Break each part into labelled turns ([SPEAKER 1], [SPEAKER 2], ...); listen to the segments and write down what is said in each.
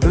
[SPEAKER 1] Pero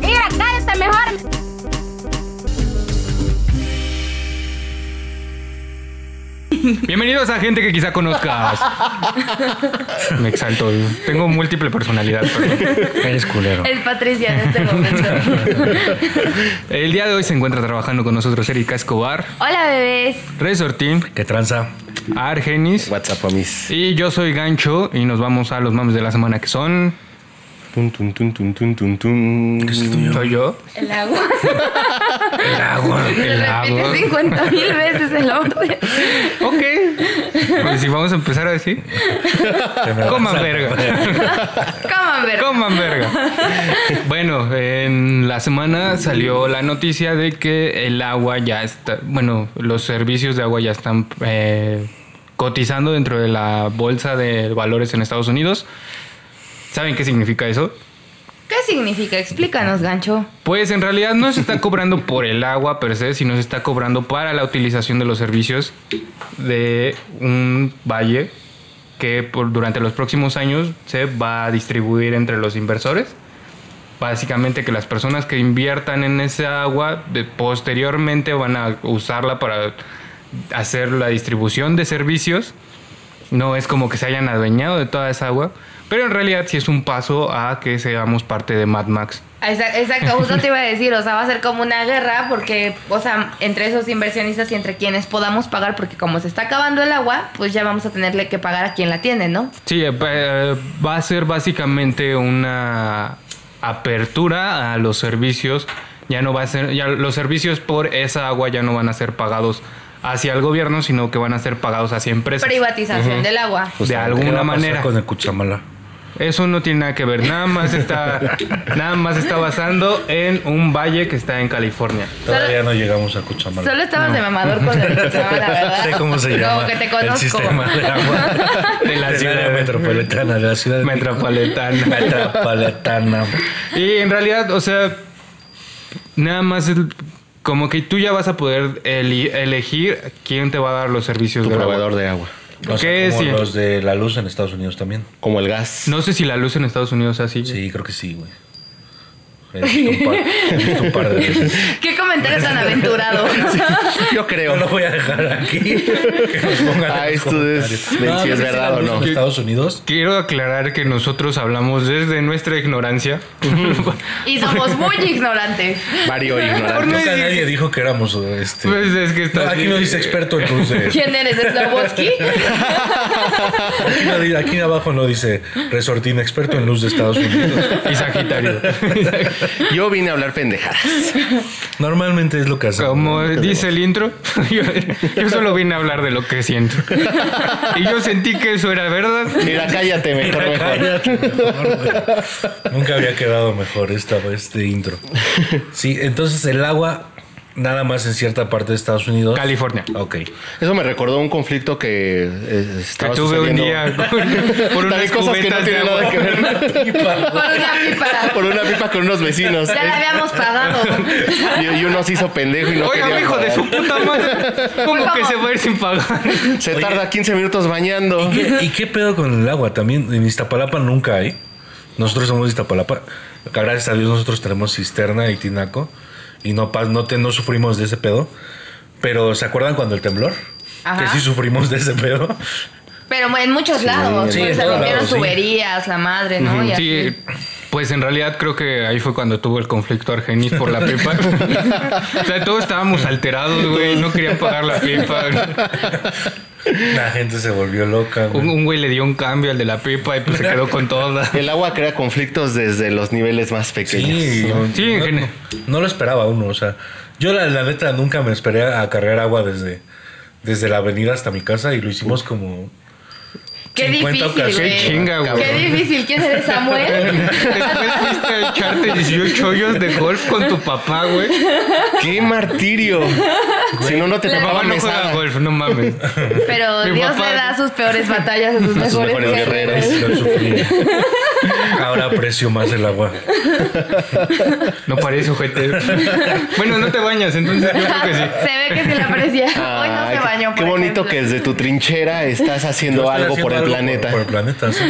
[SPEAKER 2] Mira, cállate mejor.
[SPEAKER 3] Bienvenidos a gente que quizá conozcas. Me exalto. Tengo múltiple personalidad. pero-
[SPEAKER 4] Eres culero.
[SPEAKER 5] Es Patricia en este momento.
[SPEAKER 3] El día de hoy se encuentra trabajando con nosotros Erika Escobar,
[SPEAKER 5] Hola, bebés.
[SPEAKER 3] Resortín,
[SPEAKER 4] Que tranza.
[SPEAKER 3] Argenis.
[SPEAKER 6] WhatsApp a mis.
[SPEAKER 3] Y yo soy Gancho y nos vamos a los mames de la semana que son.
[SPEAKER 6] Tun, tun, tun, tun, tun, tun, tun.
[SPEAKER 3] Soy yo.
[SPEAKER 5] El agua.
[SPEAKER 4] El agua.
[SPEAKER 3] El agua.
[SPEAKER 5] Repite 50 mil veces el orden.
[SPEAKER 3] Ok. Pues si vamos a empezar así.
[SPEAKER 4] Se me
[SPEAKER 3] Coman
[SPEAKER 4] avanza.
[SPEAKER 3] verga.
[SPEAKER 5] Coman, ver.
[SPEAKER 3] Coman verga. Bueno, en la semana salió la noticia de que el agua ya está. Bueno, los servicios de agua ya están eh, cotizando dentro de la bolsa de valores en Estados Unidos. ¿Saben qué significa eso?
[SPEAKER 5] ¿Qué significa? Explícanos, gancho.
[SPEAKER 3] Pues en realidad no se está cobrando por el agua per se, sino se está cobrando para la utilización de los servicios de un valle que por- durante los próximos años se va a distribuir entre los inversores. Básicamente que las personas que inviertan en esa agua de- posteriormente van a usarla para hacer la distribución de servicios. No es como que se hayan adueñado de toda esa agua, pero en realidad sí es un paso a que seamos parte de Mad Max.
[SPEAKER 5] Exacto, exacto, justo te iba a decir, o sea, va a ser como una guerra porque, o sea, entre esos inversionistas y entre quienes podamos pagar, porque como se está acabando el agua, pues ya vamos a tenerle que pagar a quien la tiene, ¿no?
[SPEAKER 3] Sí, eh, eh, va a ser básicamente una apertura a los servicios. Ya no va a ser, ya los servicios por esa agua ya no van a ser pagados hacia el gobierno, sino que van a ser pagados hacia empresas.
[SPEAKER 5] Privatización del agua.
[SPEAKER 3] de
[SPEAKER 4] Pues, ¿Qué va
[SPEAKER 3] alguna
[SPEAKER 4] a pasar
[SPEAKER 3] manera.
[SPEAKER 4] Con el Cuchamala.
[SPEAKER 3] Eso no tiene nada que ver. Nada más está, nada más está basando en un valle que está en California.
[SPEAKER 4] Todavía no llegamos a Cuchamala.
[SPEAKER 5] Solo estabas de mamador con el Cuchamala, ¿verdad?
[SPEAKER 4] sé cómo se
[SPEAKER 5] Como
[SPEAKER 4] llama.
[SPEAKER 5] que te
[SPEAKER 4] El
[SPEAKER 5] conozco.
[SPEAKER 4] sistema de agua.
[SPEAKER 3] De la
[SPEAKER 4] Del área
[SPEAKER 3] ciudad
[SPEAKER 4] metropolitana, de la ciudad de México.
[SPEAKER 3] metropolitana.
[SPEAKER 4] metropolitana.
[SPEAKER 3] Y en realidad, o sea, nada más el- como que tú ya vas a poder eli- elegir quién te va a dar los servicios
[SPEAKER 6] Tu
[SPEAKER 3] del agua.
[SPEAKER 6] proveedor de agua.
[SPEAKER 4] O
[SPEAKER 3] ¿Qué
[SPEAKER 4] sea, como
[SPEAKER 3] sí?
[SPEAKER 4] los de la luz en Estados Unidos también.
[SPEAKER 6] Como el gas.
[SPEAKER 3] No sé si la luz en Estados Unidos es así.
[SPEAKER 4] Sí, creo que sí, güey. He visto un par, he visto un par de veces.
[SPEAKER 5] Qué comentario tan aventurado. ¿no?
[SPEAKER 6] Yo creo.
[SPEAKER 4] No lo voy a dejar aquí. Que nos pongan
[SPEAKER 6] Ah,
[SPEAKER 4] en los
[SPEAKER 6] esto es.
[SPEAKER 4] comentarios.
[SPEAKER 6] ven
[SPEAKER 3] No, pero
[SPEAKER 6] si es
[SPEAKER 3] sí
[SPEAKER 6] verdad o
[SPEAKER 4] ¿En
[SPEAKER 6] no.
[SPEAKER 4] Estados Unidos?
[SPEAKER 3] Quiero aclarar que nosotros hablamos desde nuestra ignorancia.
[SPEAKER 5] Y somos muy ignorantes.
[SPEAKER 6] Vario ignorante.
[SPEAKER 4] Nunca nadie dijo que éramos este.
[SPEAKER 3] Pues es que
[SPEAKER 4] No,
[SPEAKER 3] estás-
[SPEAKER 4] aquí no dice experto, entonces.
[SPEAKER 5] ¿Quién eres, Slobotsky?
[SPEAKER 4] Aquí, no dice- aquí abajo no dice resortín experto en luz de Estados Unidos.
[SPEAKER 3] Y Sagitario.
[SPEAKER 6] Yo vine a hablar pendejadas.
[SPEAKER 4] Normalmente es lo que hacemos.
[SPEAKER 3] Como dice el intro, yo, yo solo vine a hablar de lo que siento. Y yo sentí que eso era verdad.
[SPEAKER 6] Mira, cállate, mejor, mejor.
[SPEAKER 4] Cállate, mejor, güey. Nunca había quedado mejor esta, este intro. Sí, entonces el agua, nada más en cierta parte de Estados Unidos.
[SPEAKER 3] California.
[SPEAKER 4] Ok.
[SPEAKER 6] Eso me recordó un conflicto que eh,
[SPEAKER 3] Que
[SPEAKER 6] estaba
[SPEAKER 3] tuve un
[SPEAKER 6] sucediendo.
[SPEAKER 3] día con- por unas
[SPEAKER 6] También cosas que no
[SPEAKER 3] cubetas de
[SPEAKER 6] tienen
[SPEAKER 3] agua.
[SPEAKER 6] nada que ver.
[SPEAKER 5] Por una pipa.
[SPEAKER 6] Por una pipa con unos vecinos.
[SPEAKER 5] Ya la habíamos pagado.
[SPEAKER 6] Y, y uno se hizo pendejo y no
[SPEAKER 3] Oiga,
[SPEAKER 6] quería
[SPEAKER 3] hijo de
[SPEAKER 6] pagar.
[SPEAKER 3] su puta madre. ¿Cómo que se va a ir sin pagar?
[SPEAKER 6] Se tarda 15 minutos bañando.
[SPEAKER 4] ¿Qué- ¿Y qué pedo con el agua? También en Iztapalapa nunca hay. Nosotros somos de Iztapalapa. Gracias a Dios nosotros tenemos cisterna y tinaco. Y no, pas- no, te- no sufrimos de ese pedo. Pero ¿se acuerdan cuando el temblor?
[SPEAKER 5] Ajá.
[SPEAKER 4] Que sí sufrimos de ese pedo.
[SPEAKER 5] Pero en muchos lados.
[SPEAKER 4] sí,
[SPEAKER 5] pues,
[SPEAKER 4] en
[SPEAKER 5] se
[SPEAKER 4] todos
[SPEAKER 5] rompieron
[SPEAKER 4] lados, sí.
[SPEAKER 5] tuberías, la madre, ¿no? Y
[SPEAKER 3] Sí,
[SPEAKER 5] así.
[SPEAKER 3] pues en realidad creo que ahí fue cuando tuvo el conflicto Argenis por la pipa. o sea, todos estábamos alterados, güey. No querían pagar la E pipa.
[SPEAKER 4] La gente se volvió loca. güey.
[SPEAKER 3] Un, un güey le dio un cambio al de la pipa y pues se quedó con toda.
[SPEAKER 6] El agua crea conflictos desde los niveles más pequeños.
[SPEAKER 4] Sí,
[SPEAKER 3] Sí, en
[SPEAKER 4] no,
[SPEAKER 3] general.
[SPEAKER 4] no- no lo esperaba uno, o sea, yo la, la neta nunca me esperé a cargar agua desde, desde la avenida hasta mi casa y lo hicimos como...
[SPEAKER 5] Qué
[SPEAKER 4] 50
[SPEAKER 5] difícil, güey.
[SPEAKER 4] ocasiones.
[SPEAKER 3] Qué chinga, güey.
[SPEAKER 5] Qué difícil. ¿Quién eres, Samuel?
[SPEAKER 3] Después fuiste a echarte 18 hoyos de golf con tu papá, güey.
[SPEAKER 6] ¡Qué martirio! Si no, no te
[SPEAKER 5] La-
[SPEAKER 3] Mi
[SPEAKER 6] tocaba
[SPEAKER 3] papá no juega
[SPEAKER 6] mesada.
[SPEAKER 3] golf, no mames.
[SPEAKER 5] Pero
[SPEAKER 3] Mi
[SPEAKER 5] Dios
[SPEAKER 3] papá-
[SPEAKER 5] le da sus peores batallas a sus
[SPEAKER 6] A
[SPEAKER 5] mejores,
[SPEAKER 6] sus mejores guerreros.
[SPEAKER 5] guerreros.
[SPEAKER 4] Lo sufrí. Ahora aprecio más el agua.
[SPEAKER 3] No parece, ojete. Bueno, no te bañas, entonces yo creo que sí.
[SPEAKER 5] Se ve que se le aprecia. Hoy no
[SPEAKER 6] Ay,
[SPEAKER 5] se bañó. por
[SPEAKER 6] Qué bonito
[SPEAKER 5] ejemplo.
[SPEAKER 6] que desde tu trinchera estás haciendo
[SPEAKER 4] Yo estoy
[SPEAKER 6] algo
[SPEAKER 4] haciendo
[SPEAKER 6] por el
[SPEAKER 4] algo
[SPEAKER 6] planeta.
[SPEAKER 4] Por, el planeta, sí.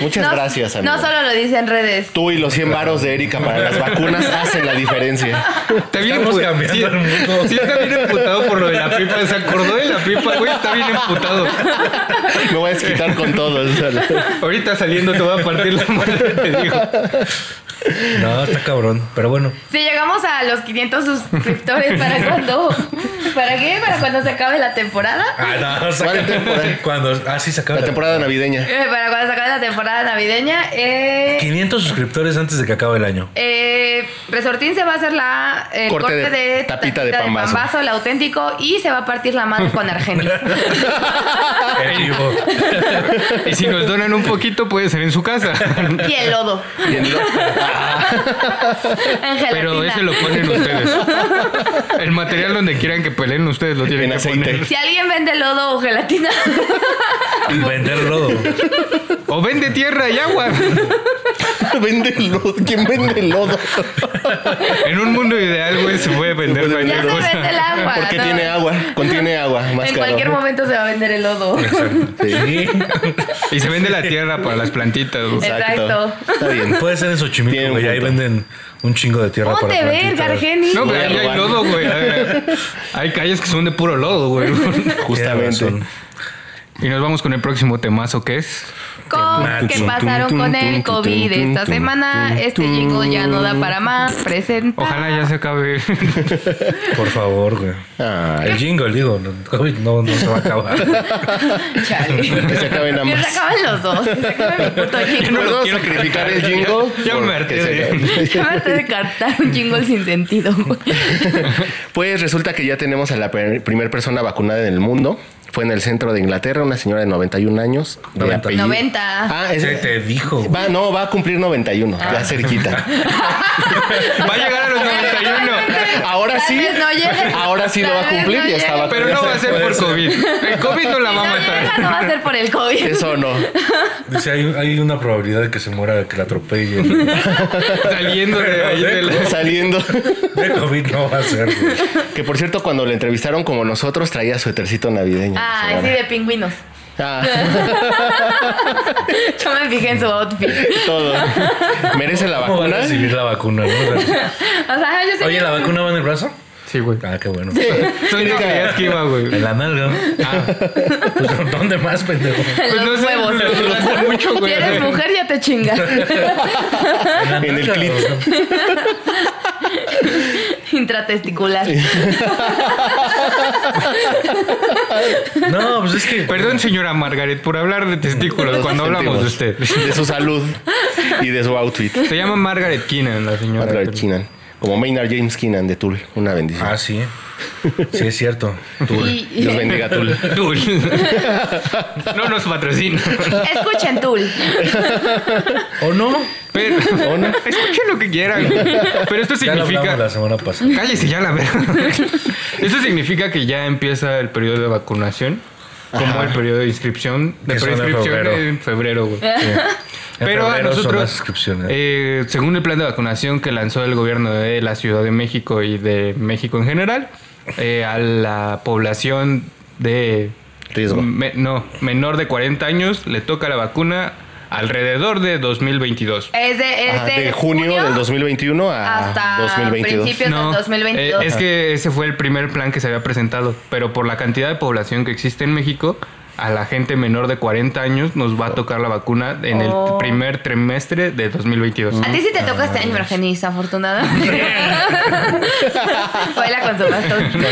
[SPEAKER 6] Muchas
[SPEAKER 5] No-
[SPEAKER 6] gracias, amigo.
[SPEAKER 5] No solo lo dice en redes.
[SPEAKER 6] Tú y los 100 varos de Erika para las vacunas hacen la diferencia.
[SPEAKER 3] Está bien
[SPEAKER 4] Estamos
[SPEAKER 3] emputado.
[SPEAKER 4] cambiando
[SPEAKER 3] Sí,
[SPEAKER 4] el mundo.
[SPEAKER 3] sí, está bien emputado por lo de la pipa. Se acordó de la pipa, güey. Está bien emputado.
[SPEAKER 6] Me voy a desquitar con todos.
[SPEAKER 3] Ahorita saliendo te voy a partir la madre, te digo.
[SPEAKER 4] No, está cabrón. Pero bueno,
[SPEAKER 5] Si llegamos a los 500 suscriptores, ¿para cuando ¿Para qué? ¿Para cuando se acabe la temporada?
[SPEAKER 4] Ah, no,
[SPEAKER 6] ¿Cuál temporada?
[SPEAKER 4] saca, cuando, ah, sí, se acaba
[SPEAKER 6] La temporada navideña.
[SPEAKER 5] Eh, Para cuando se acabe la temporada navideña. Eh,
[SPEAKER 4] 500 suscriptores antes de que acabe el año.
[SPEAKER 5] Eh, Resortín se va a hacer la el
[SPEAKER 6] Corte
[SPEAKER 5] corte,
[SPEAKER 6] de
[SPEAKER 5] de,
[SPEAKER 6] tapita de pambazo.
[SPEAKER 5] el auténtico, y se va a partir la madre con Argenis.
[SPEAKER 4] En vivo.
[SPEAKER 3] Y si nos donan un poquito, puede ser en su casa.
[SPEAKER 5] y el lodo. Ah.
[SPEAKER 6] Y en lo-
[SPEAKER 5] En
[SPEAKER 3] Pero
[SPEAKER 5] gelatina.
[SPEAKER 3] ese lo ponen ustedes. El material donde quieran que peleen ustedes lo tienen
[SPEAKER 6] En
[SPEAKER 3] que
[SPEAKER 6] aceite.
[SPEAKER 3] poner.
[SPEAKER 5] Si alguien vende lodo o gelatina,
[SPEAKER 4] Vender lodo.
[SPEAKER 3] O vende tierra y agua.
[SPEAKER 6] Vende el lodo. ¿Quién vende el lodo?
[SPEAKER 3] En un mundo ideal, güey, se puede vender
[SPEAKER 6] Se puede
[SPEAKER 5] ya
[SPEAKER 3] cualquier
[SPEAKER 5] se
[SPEAKER 3] cosa.
[SPEAKER 6] vender.
[SPEAKER 5] vende el agua.
[SPEAKER 6] Porque
[SPEAKER 5] ¿no?
[SPEAKER 6] tiene agua. Contiene agua. Más
[SPEAKER 5] En
[SPEAKER 6] caro.
[SPEAKER 5] cualquier momento se va a vender el lodo.
[SPEAKER 4] Sí.
[SPEAKER 3] Y se vende la tierra para las plantitas, güey.
[SPEAKER 5] Exacto.
[SPEAKER 6] Está bien.
[SPEAKER 4] Puede ser en
[SPEAKER 6] Tiene
[SPEAKER 4] Xochimilco,
[SPEAKER 6] un
[SPEAKER 4] güey. Ahí
[SPEAKER 6] punto.
[SPEAKER 4] venden un chingo de tierra
[SPEAKER 5] Ponte
[SPEAKER 4] para
[SPEAKER 5] verga,
[SPEAKER 4] plantitas.
[SPEAKER 5] Argenis.
[SPEAKER 3] No,
[SPEAKER 6] Voy
[SPEAKER 3] pero
[SPEAKER 6] a
[SPEAKER 3] ahí hay
[SPEAKER 6] robar.
[SPEAKER 3] lodo, güey. Hay- Hay calles que son de puro lodo, güey.
[SPEAKER 4] Tiene
[SPEAKER 6] Justamente.
[SPEAKER 4] razón.
[SPEAKER 3] Y nos vamos con el próximo temazo que es.
[SPEAKER 5] Cosas que pasaron con el COVID esta semana. Este jingle ya no da para más.
[SPEAKER 6] Oh,
[SPEAKER 5] Presenta.
[SPEAKER 3] Ojalá ya se acabe.
[SPEAKER 4] Por favor, güey.
[SPEAKER 6] Ay,
[SPEAKER 4] El jingle, digo. no, COVID no, no se va a acabar.
[SPEAKER 5] Chale.
[SPEAKER 6] que se acaben
[SPEAKER 5] Que
[SPEAKER 6] ambas.
[SPEAKER 5] se acaban los dos. Que se acabe mi puto jingle.
[SPEAKER 3] no lo
[SPEAKER 6] Puedo
[SPEAKER 3] quiero
[SPEAKER 6] sacrificar el
[SPEAKER 3] cantar,
[SPEAKER 6] jingle.
[SPEAKER 3] ya- ya me
[SPEAKER 6] porque
[SPEAKER 3] harté
[SPEAKER 6] se-
[SPEAKER 3] de-
[SPEAKER 5] Ya me harté de cantar un jingle sin sentido. güey.
[SPEAKER 6] Pues resulta que ya tenemos a la primera persona vacunada en el mundo. Fue en el centro de Inglaterra, una señora de 91 años. de
[SPEAKER 4] 90.
[SPEAKER 6] apellido-
[SPEAKER 5] 90.
[SPEAKER 6] Ah, es-
[SPEAKER 4] Se te dijo. güey.
[SPEAKER 6] va- no, va a cumplir 91,
[SPEAKER 5] Ah.
[SPEAKER 6] ya cerquita.
[SPEAKER 3] Va a llegar a los 91.
[SPEAKER 6] Ahora
[SPEAKER 5] Tal
[SPEAKER 6] Ah, sí,
[SPEAKER 5] vez no llegue.
[SPEAKER 6] ahora sí lo
[SPEAKER 5] Tal
[SPEAKER 6] va
[SPEAKER 5] vez
[SPEAKER 6] a cumplir
[SPEAKER 5] no
[SPEAKER 6] y
[SPEAKER 5] llegue.
[SPEAKER 6] está vacunada.
[SPEAKER 3] Pero no va a ser por COVID. El COVID no la
[SPEAKER 5] Si
[SPEAKER 3] va a
[SPEAKER 5] no llega,
[SPEAKER 3] matar.
[SPEAKER 5] no va a ser por el COVID.
[SPEAKER 6] Eso no.
[SPEAKER 4] Dice, hay, hay una probabilidad de que se muera, de que la atropellen.
[SPEAKER 3] Saliendo de ahí de la.
[SPEAKER 6] Saliendo.
[SPEAKER 4] De COVID no va a ser, güey.
[SPEAKER 6] Que por cierto, cuando la entrevistaron como nosotros, traía su suétercito navideño. la
[SPEAKER 5] Ah,
[SPEAKER 6] señora.
[SPEAKER 5] sí, de pingüinos.
[SPEAKER 6] Ah,
[SPEAKER 5] Yo me fijé en su outfit.
[SPEAKER 6] todo. ¿Merece la
[SPEAKER 4] ¿Cómo va a
[SPEAKER 6] vacuna?
[SPEAKER 4] recibir la vacuna? no?
[SPEAKER 5] O sea, yo sé
[SPEAKER 4] Oye,
[SPEAKER 5] que-
[SPEAKER 4] ¿la vacuna va en el brazo?
[SPEAKER 3] Sí, güey.
[SPEAKER 4] Ah, qué bueno.
[SPEAKER 3] Son lo que creías que iba, güey.
[SPEAKER 4] En la nalga. Ah. Pues, ¿Dónde más, pendejo?
[SPEAKER 3] Pues no
[SPEAKER 5] los
[SPEAKER 3] sé,
[SPEAKER 5] huevos.
[SPEAKER 3] lo- lo hace mucho, güey.
[SPEAKER 5] Si eres mujer, ya te chingas.
[SPEAKER 4] la
[SPEAKER 6] En el
[SPEAKER 4] nalga,
[SPEAKER 6] clit.
[SPEAKER 4] güey.
[SPEAKER 5] Intratesticular.
[SPEAKER 4] No, pues es que.
[SPEAKER 3] Perdón, señora Margaret, por hablar de testículos cuando hablamos de usted.
[SPEAKER 6] De su salud y de su outfit.
[SPEAKER 3] Se llama Margaret Keenan, la señora.
[SPEAKER 6] Margaret Keenan. Como Maynard James Keenan de Tool. Una bendición.
[SPEAKER 4] Ah, sí. Sí, es cierto.
[SPEAKER 5] Y- y-
[SPEAKER 6] Dios bendiga Tool.
[SPEAKER 5] Este
[SPEAKER 3] Tú. No nos patrocina.
[SPEAKER 5] Escuchen Tul.
[SPEAKER 4] ¿O no?
[SPEAKER 3] Pero, escuchen lo que quieran. Pero esto
[SPEAKER 4] Ya lo hablamos la
[SPEAKER 3] significa.
[SPEAKER 4] semana pasada.
[SPEAKER 3] Cállese ya la verga. Esto significa que ya empieza el periodo de vacunación. Como el periodo de inscripción. De
[SPEAKER 4] Que son en
[SPEAKER 3] preinscripción
[SPEAKER 4] febrero.
[SPEAKER 3] en febrero, güey.
[SPEAKER 4] En
[SPEAKER 3] Pero a
[SPEAKER 4] febrero son las
[SPEAKER 3] nosotros,
[SPEAKER 4] inscripciones.
[SPEAKER 3] eh, según el plan de vacunación que lanzó el gobierno de la Ciudad de México y de México en general, eh, a la población de
[SPEAKER 6] Riesgo.
[SPEAKER 3] me- no menor de 40 años le toca la vacuna alrededor de 2022.
[SPEAKER 5] Es de, es
[SPEAKER 6] Ajá, de junio del 2021 a
[SPEAKER 5] hasta
[SPEAKER 6] 2022.
[SPEAKER 5] principio- Principios del 2022.
[SPEAKER 3] eh, es que ese fue el primer plan que se había presentado, pero por la cantidad de población que existe en México, a la gente menor de 40 años nos va a tocar la vacuna en
[SPEAKER 5] Oh.
[SPEAKER 3] el primer trimestre de 2022.
[SPEAKER 5] A ti sí te toca este año, Argenis, afortunada. Baila con su bastón.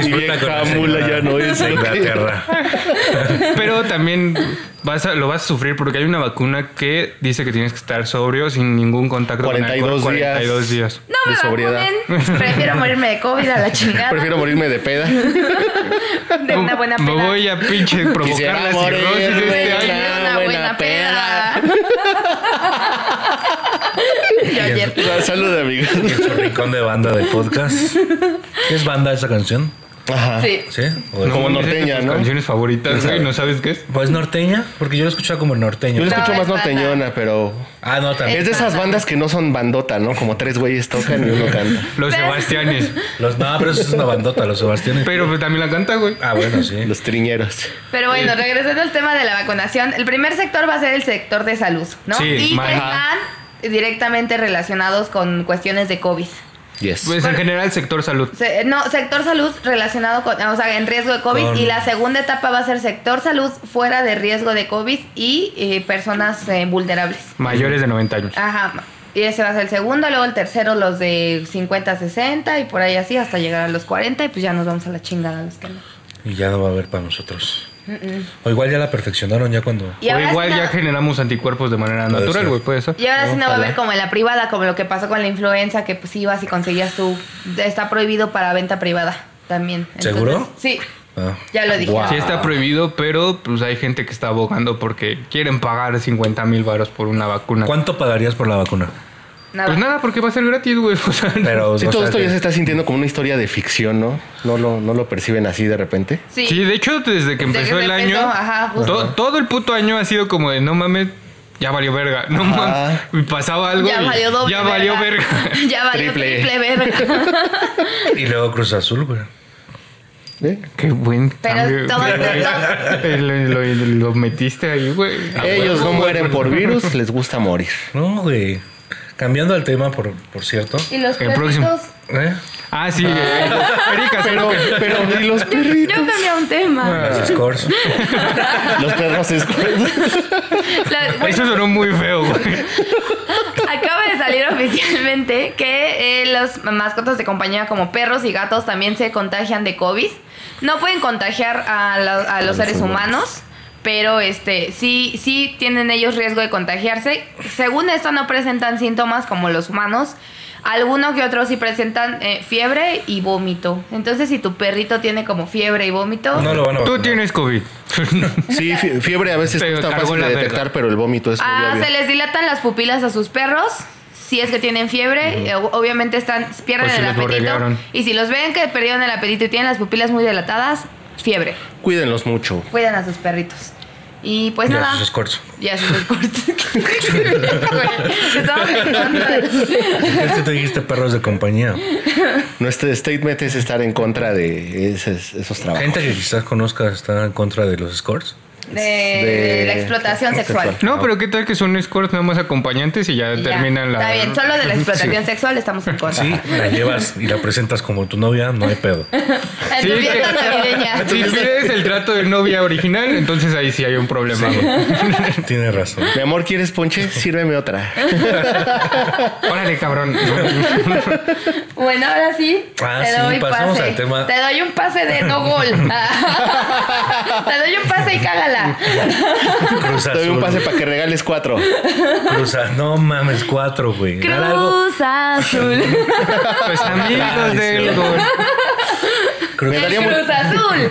[SPEAKER 4] Disfruta con la
[SPEAKER 6] Vieja mula
[SPEAKER 4] señora
[SPEAKER 6] ya no es.
[SPEAKER 4] de Inglaterra.
[SPEAKER 3] Pero también vas a- lo vas a sufrir porque hay una vacuna que dice que tienes que estar sobrio sin ningún contacto con
[SPEAKER 6] 42
[SPEAKER 3] alcohol,
[SPEAKER 6] días.
[SPEAKER 3] 42 días.
[SPEAKER 5] No me
[SPEAKER 6] De sobriedad.
[SPEAKER 5] vacunen. Prefiero morirme de COVID a la chingada.
[SPEAKER 6] Prefiero morirme de peda.
[SPEAKER 5] de una buena
[SPEAKER 3] Me
[SPEAKER 5] peda.
[SPEAKER 3] voy a pinche provocar la
[SPEAKER 6] Quisiera
[SPEAKER 3] cirrosis
[SPEAKER 6] morirme.
[SPEAKER 3] este
[SPEAKER 5] Güey,
[SPEAKER 3] año.
[SPEAKER 5] de una
[SPEAKER 6] Una
[SPEAKER 5] buena,
[SPEAKER 6] buena
[SPEAKER 5] peda. Yo ayer.
[SPEAKER 6] Salud, amigos. Ah,
[SPEAKER 4] En su rincón de banda de podcast. ¿Es banda esa canción?
[SPEAKER 6] Ajá.
[SPEAKER 5] Sí.
[SPEAKER 4] ¿Sí? ¿O
[SPEAKER 6] No. Como
[SPEAKER 3] mames,
[SPEAKER 6] norteña,
[SPEAKER 3] esas son tus
[SPEAKER 6] ¿no?
[SPEAKER 3] canciones favoritas, güey. ¿No sabes qué es?
[SPEAKER 4] Pues norteña, porque yo lo escuchaba como
[SPEAKER 6] Yo
[SPEAKER 4] norteño.
[SPEAKER 6] la
[SPEAKER 5] No,
[SPEAKER 6] escucho
[SPEAKER 5] es
[SPEAKER 6] más
[SPEAKER 5] banda.
[SPEAKER 6] norteñona, pero.
[SPEAKER 4] Ah, no, también.
[SPEAKER 6] Es de esas bandas que no son bandota, ¿no? Como tres güeyes tocan y uno canta.
[SPEAKER 3] Los
[SPEAKER 5] Pero-
[SPEAKER 3] Sebastianes.
[SPEAKER 4] Los, no, pero eso es una bandota, los Sebastianes.
[SPEAKER 3] Pero pues, también la canta, güey.
[SPEAKER 4] Ah, bueno, sí.
[SPEAKER 6] Los triñeros.
[SPEAKER 5] Pero bueno, regresando al tema de la vacunación, el primer sector va a ser el sector de salud, ¿no?
[SPEAKER 3] Sí,
[SPEAKER 5] y
[SPEAKER 3] ma-
[SPEAKER 5] que
[SPEAKER 3] ajá.
[SPEAKER 5] están directamente relacionados con cuestiones de COVID.
[SPEAKER 6] Yes.
[SPEAKER 3] Pues en general, sector salud.
[SPEAKER 5] Se- no, sector salud relacionado con, o sea, en riesgo de COVID.
[SPEAKER 4] Con-
[SPEAKER 5] Y la segunda etapa va a ser sector salud fuera de riesgo de COVID y eh, personas eh, vulnerables.
[SPEAKER 3] Mayores de 90 años.
[SPEAKER 5] Ajá. Y ese va a ser el segundo, luego el tercero los de 50 a 60 y por ahí así hasta llegar a los 40 y pues ya nos vamos a la chingada los que no.
[SPEAKER 4] Y ya no va a haber para nosotros. O igual ya la perfeccionaron ya cuando.
[SPEAKER 5] Y
[SPEAKER 3] o
[SPEAKER 5] ahora sí
[SPEAKER 3] igual
[SPEAKER 5] no-
[SPEAKER 3] ya generamos anticuerpos de manera
[SPEAKER 4] Puede
[SPEAKER 3] natural,
[SPEAKER 4] ser.
[SPEAKER 3] güey, puede ser.
[SPEAKER 5] Y ahora sí no va a
[SPEAKER 4] Ojalá.
[SPEAKER 5] haber como en la privada, como lo que pasó con la influenza, que pues ibas y conseguías tu... Está prohibido para venta privada también. Entonces,
[SPEAKER 4] ¿Seguro?
[SPEAKER 5] Sí,
[SPEAKER 4] Ah.
[SPEAKER 5] ya lo dije.
[SPEAKER 3] Sí está prohibido, pero pues hay gente que está abogando porque quieren pagar 50 mil varos por una vacuna.
[SPEAKER 4] ¿Cuánto pagarías por la vacuna?
[SPEAKER 5] Nada.
[SPEAKER 3] Pues nada, porque va a ser gratis, güey. O sea,
[SPEAKER 4] Pero,
[SPEAKER 6] Sí,
[SPEAKER 4] o
[SPEAKER 6] todo
[SPEAKER 4] sea,
[SPEAKER 6] esto
[SPEAKER 4] que-
[SPEAKER 6] ya se está sintiendo como una historia de ficción, ¿no? No lo, no lo perciben así de repente.
[SPEAKER 5] Sí.
[SPEAKER 3] Sí, de hecho, desde que
[SPEAKER 5] Desde
[SPEAKER 3] empezó
[SPEAKER 5] que
[SPEAKER 3] el
[SPEAKER 5] empezó,
[SPEAKER 3] año,
[SPEAKER 5] ajá, justo.
[SPEAKER 3] to- todo el puto año ha sido como de no mames, ya valió verga. No mames,
[SPEAKER 6] Ajá.
[SPEAKER 3] y pasaba algo.
[SPEAKER 5] ya
[SPEAKER 3] y
[SPEAKER 5] valió doble
[SPEAKER 3] Ya valió verga.
[SPEAKER 5] ya valió
[SPEAKER 6] Triple.
[SPEAKER 5] triple, verga.
[SPEAKER 4] Y luego Cruz Azul, güey.
[SPEAKER 6] ¿Eh?
[SPEAKER 3] Qué buen
[SPEAKER 5] Pero
[SPEAKER 3] cambio,
[SPEAKER 5] todo-
[SPEAKER 3] güey. Eh, lo, lo- lo metiste ahí, güey.
[SPEAKER 6] Ellos no mueren por virus, les gusta morir.
[SPEAKER 4] No, güey. Cambiando al tema, por, por cierto.
[SPEAKER 5] y los
[SPEAKER 3] El próximo.
[SPEAKER 5] perritos...
[SPEAKER 4] ¿Eh?
[SPEAKER 3] Ah, sí. eh, Erika,
[SPEAKER 6] Pero, pero ni los
[SPEAKER 5] Yo
[SPEAKER 6] perritos.
[SPEAKER 5] cambié un tema.
[SPEAKER 4] Los scores.
[SPEAKER 6] Los perros es-
[SPEAKER 5] La- bueno,
[SPEAKER 3] Eso sonó muy feo, güey.
[SPEAKER 5] Acaba de salir oficialmente que eh, los mascotas de compañía como perros y gatos también se contagian de COVID. No pueden contagiar a, la- a los seres humanos, pero este sí, sí tienen ellos riesgo de contagiarse. Según esto no presentan síntomas como los humanos. Algunos que otros sí presentan eh, fiebre y vómito. Entonces si tu perrito tiene como fiebre y vómito...
[SPEAKER 4] No lo van a
[SPEAKER 3] Tú
[SPEAKER 4] vacunar.
[SPEAKER 3] tienes COVID.
[SPEAKER 6] Sí, fie- fiebre a veces
[SPEAKER 3] Te
[SPEAKER 6] no es tan
[SPEAKER 3] cargó
[SPEAKER 6] fácil
[SPEAKER 3] la
[SPEAKER 6] de
[SPEAKER 3] verga.
[SPEAKER 6] detectar, pero el vómito es muy
[SPEAKER 5] Ah,
[SPEAKER 6] Pues, obvio.
[SPEAKER 5] se les dilatan las pupilas a sus perros. Si es que tienen fiebre, eh, o- obviamente están pierden
[SPEAKER 3] O si
[SPEAKER 5] el
[SPEAKER 3] los
[SPEAKER 5] apetito.
[SPEAKER 3] borregaron.
[SPEAKER 5] Y si los ven que perdieron el apetito y tienen las pupilas muy dilatadas, fiebre.
[SPEAKER 6] Cuídenlos mucho.
[SPEAKER 5] Cuidan a sus perritos. Y pues
[SPEAKER 4] Y a
[SPEAKER 5] nada.
[SPEAKER 4] sus escorts.
[SPEAKER 5] Ya se los cortes.
[SPEAKER 4] Este te dijiste perros de compañía.
[SPEAKER 6] Nuestro statement es estar en contra de esos, esos trabajos.
[SPEAKER 4] Gente que quizás conozcas está en contra de los scores.
[SPEAKER 5] De, de la explotación sexual.
[SPEAKER 3] No, pero ¿qué tal que son escorts nada más acompañantes y ya
[SPEAKER 5] Y ya.
[SPEAKER 3] terminan la.
[SPEAKER 5] Está bien, solo de la explotación
[SPEAKER 3] Sí.
[SPEAKER 5] sexual estamos en contra.
[SPEAKER 4] Sí, la llevas y la presentas como tu novia, no hay pedo.
[SPEAKER 5] En tu
[SPEAKER 3] Sí,
[SPEAKER 5] fiesta
[SPEAKER 3] que-
[SPEAKER 5] navideña.
[SPEAKER 3] Si pides el trato de novia original, entonces ahí sí hay un problema. güey.
[SPEAKER 4] Tienes razón.
[SPEAKER 6] Mi amor, ¿quieres ponche? Sírveme otra.
[SPEAKER 3] Órale, cabrón. Pues,
[SPEAKER 5] Bueno, ahora sí.
[SPEAKER 4] Ah, sí, pasamos al tema.
[SPEAKER 5] Te doy un pase de no gol. te doy un pase y cágala.
[SPEAKER 4] Cruz
[SPEAKER 6] Te doy un
[SPEAKER 4] Azul,
[SPEAKER 6] pase para que regales cuatro.
[SPEAKER 4] Cruz Azul. No mames, cuatro, güey. Dale algo.
[SPEAKER 5] Cruz Azul.
[SPEAKER 3] Pues amigos
[SPEAKER 4] Ay,
[SPEAKER 3] del
[SPEAKER 4] sí.
[SPEAKER 3] gol.
[SPEAKER 4] Cruz-
[SPEAKER 6] Me daría mu-
[SPEAKER 5] Cruz Azul.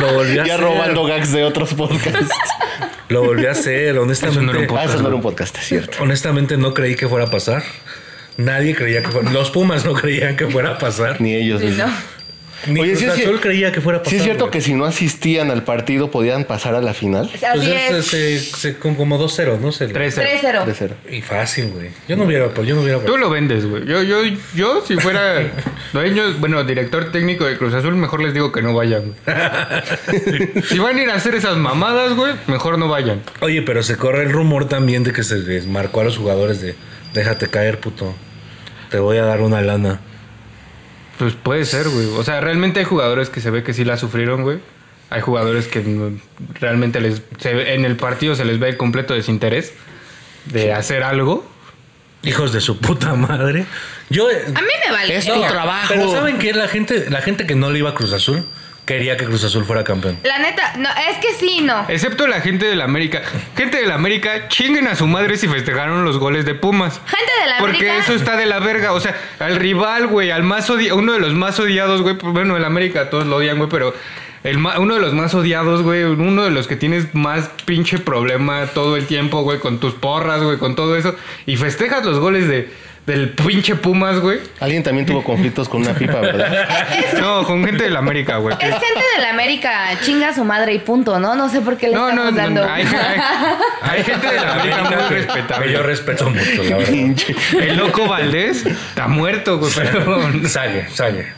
[SPEAKER 4] Lo volví a
[SPEAKER 6] Ya
[SPEAKER 4] hacer.
[SPEAKER 6] robando gags de otros podcasts.
[SPEAKER 4] Lo volví a hacer, honestamente.
[SPEAKER 3] Eso no era un
[SPEAKER 6] Ah, eso no era un podcast, es cierto.
[SPEAKER 4] Honestamente no creí que fuera a pasar. Nadie creía que fuera. Los Pumas no creían que fuera a pasar.
[SPEAKER 6] Ni ellos
[SPEAKER 5] Sí,
[SPEAKER 6] mismos.
[SPEAKER 5] ¿no?
[SPEAKER 4] Ni
[SPEAKER 6] Oye,
[SPEAKER 4] Cruz
[SPEAKER 6] sí es cier-
[SPEAKER 4] Azul creía que fuera a pasar.
[SPEAKER 6] Sí es cierto
[SPEAKER 4] güey.
[SPEAKER 6] que si no asistían al partido podían pasar a la final.
[SPEAKER 5] Así
[SPEAKER 4] Pues es,
[SPEAKER 5] es.
[SPEAKER 4] se- se- como como 2-0, ¿no? Se-
[SPEAKER 3] 13.
[SPEAKER 5] 3-0.
[SPEAKER 6] 3-0.
[SPEAKER 4] Y fácil, güey. Yo no hubiera, yo no hubiera.
[SPEAKER 3] Tú lo vendes, güey. Yo, yo, yo, si fuera dueño, bueno, director técnico de Cruz Azul, mejor les digo que no vayan, güey. Si van a ir a hacer esas mamadas, güey, mejor no vayan.
[SPEAKER 4] Oye, pero se corre el rumor también de que se les marcó a los jugadores de déjate caer, puto. Te voy a dar una lana.
[SPEAKER 3] Pues puede ser, güey. O sea, realmente hay jugadores que se ve que sí la sufrieron, güey. Hay jugadores que no- realmente les, se ve- en el partido se les ve el completo desinterés de hacer algo.
[SPEAKER 4] Hijos de su puta madre. Yo eh,
[SPEAKER 5] A mí me vale.
[SPEAKER 6] Es tu trabajo.
[SPEAKER 4] Pero saben que la gente, la gente que no le iba a Cruz Azul quería que Cruz Azul fuera campeón.
[SPEAKER 5] La neta, no, es que sí, no.
[SPEAKER 3] Excepto la gente del América. Gente del América, chinguen a su madre si festejaron los goles de Pumas.
[SPEAKER 5] Gente de la
[SPEAKER 3] Porque
[SPEAKER 5] América.
[SPEAKER 3] eso está de la verga. O sea, al rival, güey, al más odiado, uno de los más odiados, güey. pues, Bueno, el América todos lo odian, güey, pero el ma- uno de los más odiados, güey. Uno de los que tienes más pinche problema todo el tiempo, güey, con tus porras, güey, con todo eso. Y festejas los goles de, del pinche Pumas, güey.
[SPEAKER 6] Alguien también tuvo conflictos con una pipa, ¿verdad?
[SPEAKER 3] No, con gente del América, güey.
[SPEAKER 5] Es gente de la América, chinga a su madre y punto, ¿no? No sé por qué le
[SPEAKER 3] No, no,
[SPEAKER 5] estamos
[SPEAKER 3] no,
[SPEAKER 5] dando.
[SPEAKER 3] no, hay, hay- hay gente de la América muy
[SPEAKER 4] Que- que
[SPEAKER 3] respetable.
[SPEAKER 4] Yo respeto mucho, la verdad.
[SPEAKER 6] Pinche.
[SPEAKER 3] El loco Valdés está muerto, güey, pero
[SPEAKER 4] Sague, Sague.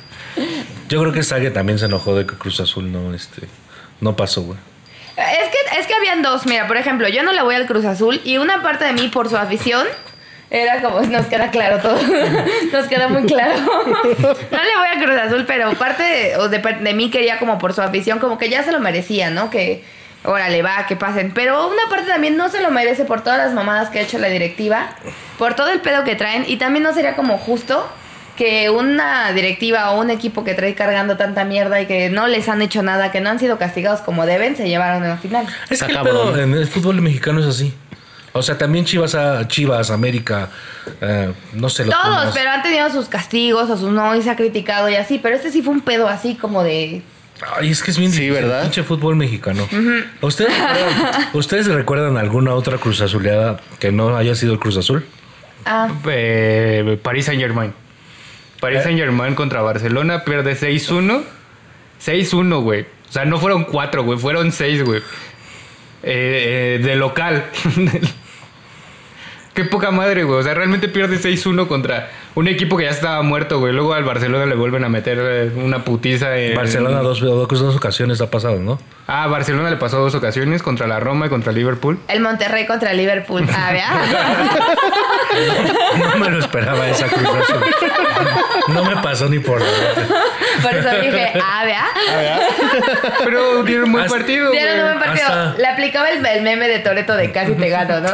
[SPEAKER 4] Yo creo que Sague también se enojó de que Cruz Azul no, este, no pasó, güey.
[SPEAKER 5] Es que, es que habían dos. Mira, por ejemplo, yo no le voy al Cruz Azul y una parte de mí, por su afición, era como, nos queda claro todo. nos queda muy claro. no le voy al Cruz Azul, pero parte de, o de, par- de mí quería, como por su afición, como que ya se lo merecía, ¿no? Que, órale, va, que pasen. Pero una parte también no se lo merece por todas las mamadas que ha hecho la directiva, por todo el pedo que traen y también no sería como justo. Que una directiva o un equipo que trae cargando tanta mierda y que no les han hecho nada, que no han sido castigados como deben, se llevaron en la final.
[SPEAKER 4] Es
[SPEAKER 6] Está
[SPEAKER 4] que el
[SPEAKER 6] cabrón.
[SPEAKER 4] pedo en el fútbol mexicano es así. O sea, también Chivas, a, Chivas América, eh, no sé. los
[SPEAKER 5] Todos,
[SPEAKER 4] Pumas.
[SPEAKER 5] pero han tenido sus castigos o sus no y se ha criticado y así, pero este sí fue un pedo así como de...
[SPEAKER 4] Ay, es que es bien
[SPEAKER 6] Sí,
[SPEAKER 4] difícil,
[SPEAKER 6] ¿verdad?
[SPEAKER 4] pinche fútbol mexicano. ¿Ustedes, recuerdan- ¿Ustedes recuerdan alguna otra Cruz Azuleada que no haya sido el Cruz Azul?
[SPEAKER 5] Ah,
[SPEAKER 3] Eh, Paris Saint Germain. Paris
[SPEAKER 4] Eh.
[SPEAKER 3] Saint Germain contra Barcelona pierde 6-1. 6-1, güey. O sea, no fueron 4, güey, fueron 6, güey. Eh, eh, de local. Qué poca madre, güey. O sea, realmente pierde 6-1 contra un equipo que ya estaba muerto, güey. Luego al Barcelona le vuelven a meter eh, una putiza en.
[SPEAKER 4] Barcelona dos, dos, dos ocasiones ha pasado, ¿no?
[SPEAKER 3] Ah, Barcelona le pasó dos ocasiones contra la Roma y contra Liverpool.
[SPEAKER 5] el Monterrey contra el Liverpool. Ah, vea.
[SPEAKER 4] No me lo esperaba esa Cruz Azul. No me pasó ni por... la mente.
[SPEAKER 5] Por eso dije, ah, vea.
[SPEAKER 3] Pero dieron buen
[SPEAKER 4] Hasta-
[SPEAKER 3] partido, güey.
[SPEAKER 5] Dieron un buen partido.
[SPEAKER 4] Hasta-
[SPEAKER 5] Le aplicaba el, el meme de Toreto de casi te gano, ¿no?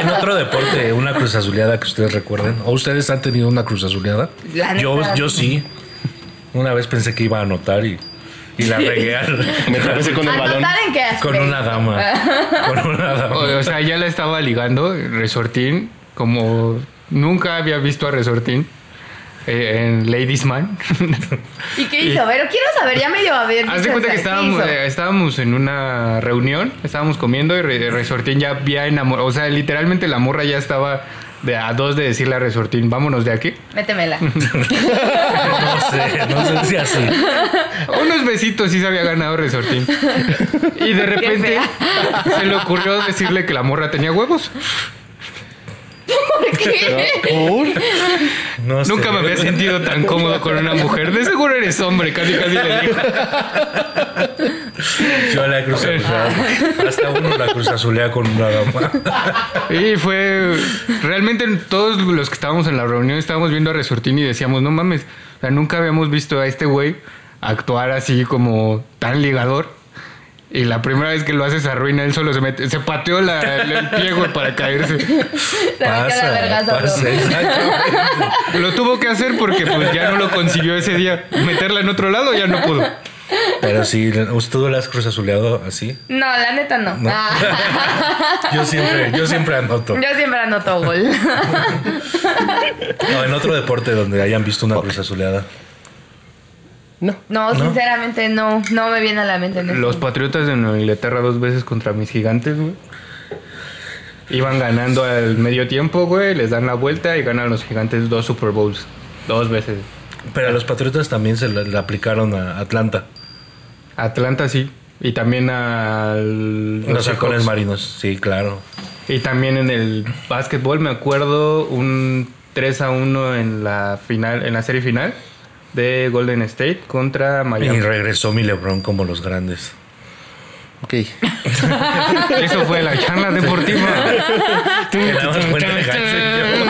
[SPEAKER 4] En otro deporte, una Cruz Azuleada que ustedes recuerden. ¿O ustedes han tenido una Cruz Azuleada?
[SPEAKER 5] La neta.
[SPEAKER 4] Yo, yo sí. Una vez pensé que iba a anotar y, y la regué al-
[SPEAKER 6] Me tropecé con el balón.
[SPEAKER 5] Anotar en qué
[SPEAKER 4] con
[SPEAKER 5] aspecto.
[SPEAKER 4] una dama. Con una dama.
[SPEAKER 3] O, o sea, ya la estaba ligando Resortín, como nunca había visto a Resortín eh, en Ladies Man.
[SPEAKER 5] ¿Y qué hizo? Pero quiero saber, ya medio a ver.
[SPEAKER 3] Haz de cuenta que estábamos, eh, estábamos en una reunión, estábamos comiendo y Re- Resortín ya había enamorado. O sea, literalmente la morra ya estaba de a dos de decirle a Resortín, vámonos de aquí.
[SPEAKER 5] Métemela.
[SPEAKER 4] No sé, no sé si así.
[SPEAKER 3] Unos besitos sí se había ganado Resortín. Y de repente se le ocurrió decirle que la morra tenía huevos.
[SPEAKER 5] ¿Por qué?
[SPEAKER 6] Cool.
[SPEAKER 4] No sé.
[SPEAKER 3] Nunca me había sentido tan cómodo con una mujer. De seguro eres hombre, casi casi le dijo.
[SPEAKER 4] Yo la Cruz Azuleada. Hasta uno la Cruz Azulea con una dama.
[SPEAKER 3] Y fue. Realmente todos los que estábamos en la reunión estábamos viendo a Resortín y decíamos, no mames, o sea, nunca habíamos visto a este güey actuar así como tan ligador. Y la primera vez que lo haces arruina, él solo se mete, se pateó la, el pie, güey, para caerse.
[SPEAKER 5] Se me queda vergazo, bro.
[SPEAKER 4] pasa, exacto.
[SPEAKER 3] Lo tuvo que hacer porque pues ya no lo consiguió ese día. Meterla en otro lado ya no pudo.
[SPEAKER 4] Pero sí, ¿usted la has Cruz Azuleado así?
[SPEAKER 5] No, la neta no.
[SPEAKER 4] No.
[SPEAKER 5] Ah.
[SPEAKER 4] Yo siempre, yo siempre anoto.
[SPEAKER 5] Yo siempre anoto gol.
[SPEAKER 4] No, en otro deporte donde hayan visto una Cruz Azuleada.
[SPEAKER 6] No.
[SPEAKER 5] No, sinceramente no, no me viene a la mente. ¿no?
[SPEAKER 3] Los Patriotas de Nueva Inglaterra dos veces contra mis gigantes, güey. Iban ganando al medio tiempo, güey. Les dan la vuelta y ganan los gigantes dos Super Bowls. Dos veces.
[SPEAKER 4] Pero a los Patriotas también se le, le aplicaron a Atlanta.
[SPEAKER 3] Atlanta sí. Y también al...
[SPEAKER 4] Los halcones
[SPEAKER 3] Seahawks.
[SPEAKER 4] marinos, sí, claro.
[SPEAKER 3] Y también en el básquetbol, me acuerdo un 3 a 1 en la final, en la serie final de Golden State contra
[SPEAKER 4] Y
[SPEAKER 3] Miami.
[SPEAKER 4] regresó mi Lebron como los grandes.
[SPEAKER 6] Ok.
[SPEAKER 3] Eso fue la charla deportiva.
[SPEAKER 4] Que nada más fue en el gancho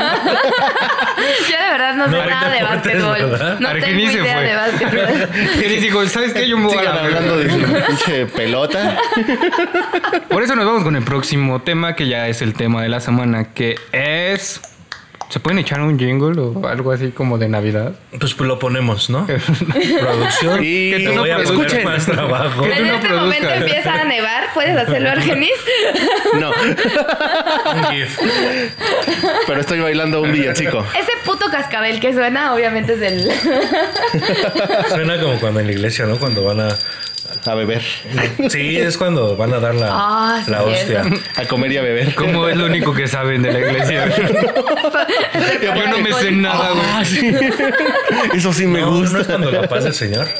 [SPEAKER 5] Yo de verdad no sé
[SPEAKER 4] No hay
[SPEAKER 5] nada de
[SPEAKER 4] deportes,
[SPEAKER 5] básquetbol.
[SPEAKER 4] ¿verdad?
[SPEAKER 5] No tengo
[SPEAKER 3] Argenis se
[SPEAKER 5] idea
[SPEAKER 3] fue.
[SPEAKER 5] de básquetbol.
[SPEAKER 3] Y les digo, ¿sabes qué? Yo me voy a
[SPEAKER 6] Sigan
[SPEAKER 3] la
[SPEAKER 6] hablando de su pinche pelota.
[SPEAKER 3] Por eso nos vamos con el próximo tema, que ya es el tema de la semana, que es... ¿Se pueden echar un jingle o algo así como de Navidad?
[SPEAKER 4] yo. Pues, pues lo ponemos, ¿no? Producción.
[SPEAKER 6] Y-
[SPEAKER 4] Te voy a
[SPEAKER 6] Escuchen.
[SPEAKER 4] poner más trabajo.
[SPEAKER 3] Que tú
[SPEAKER 5] En
[SPEAKER 3] no
[SPEAKER 5] este
[SPEAKER 3] produzcas.
[SPEAKER 5] momento empieza a nevar. ¿Puedes hacerlo, Argenis?
[SPEAKER 6] No.
[SPEAKER 4] Un gif.
[SPEAKER 6] Pero estoy bailando un villancico.
[SPEAKER 5] Ese puto cascabel que suena, obviamente es del.
[SPEAKER 4] Suena como cuando en la iglesia, ¿no? Cuando van a,
[SPEAKER 6] a beber,
[SPEAKER 4] Sí, es cuando van a dar la,
[SPEAKER 5] Ah, sí,
[SPEAKER 4] la hostia.
[SPEAKER 5] cierto.
[SPEAKER 6] a comer y a beber.
[SPEAKER 3] ¿Cómo es lo único que saben de la iglesia? Yo no me sé nada, güey.
[SPEAKER 6] Ah, sí. Eso sí me
[SPEAKER 4] No,
[SPEAKER 6] gusta.
[SPEAKER 4] no es cuando la paz del Señor.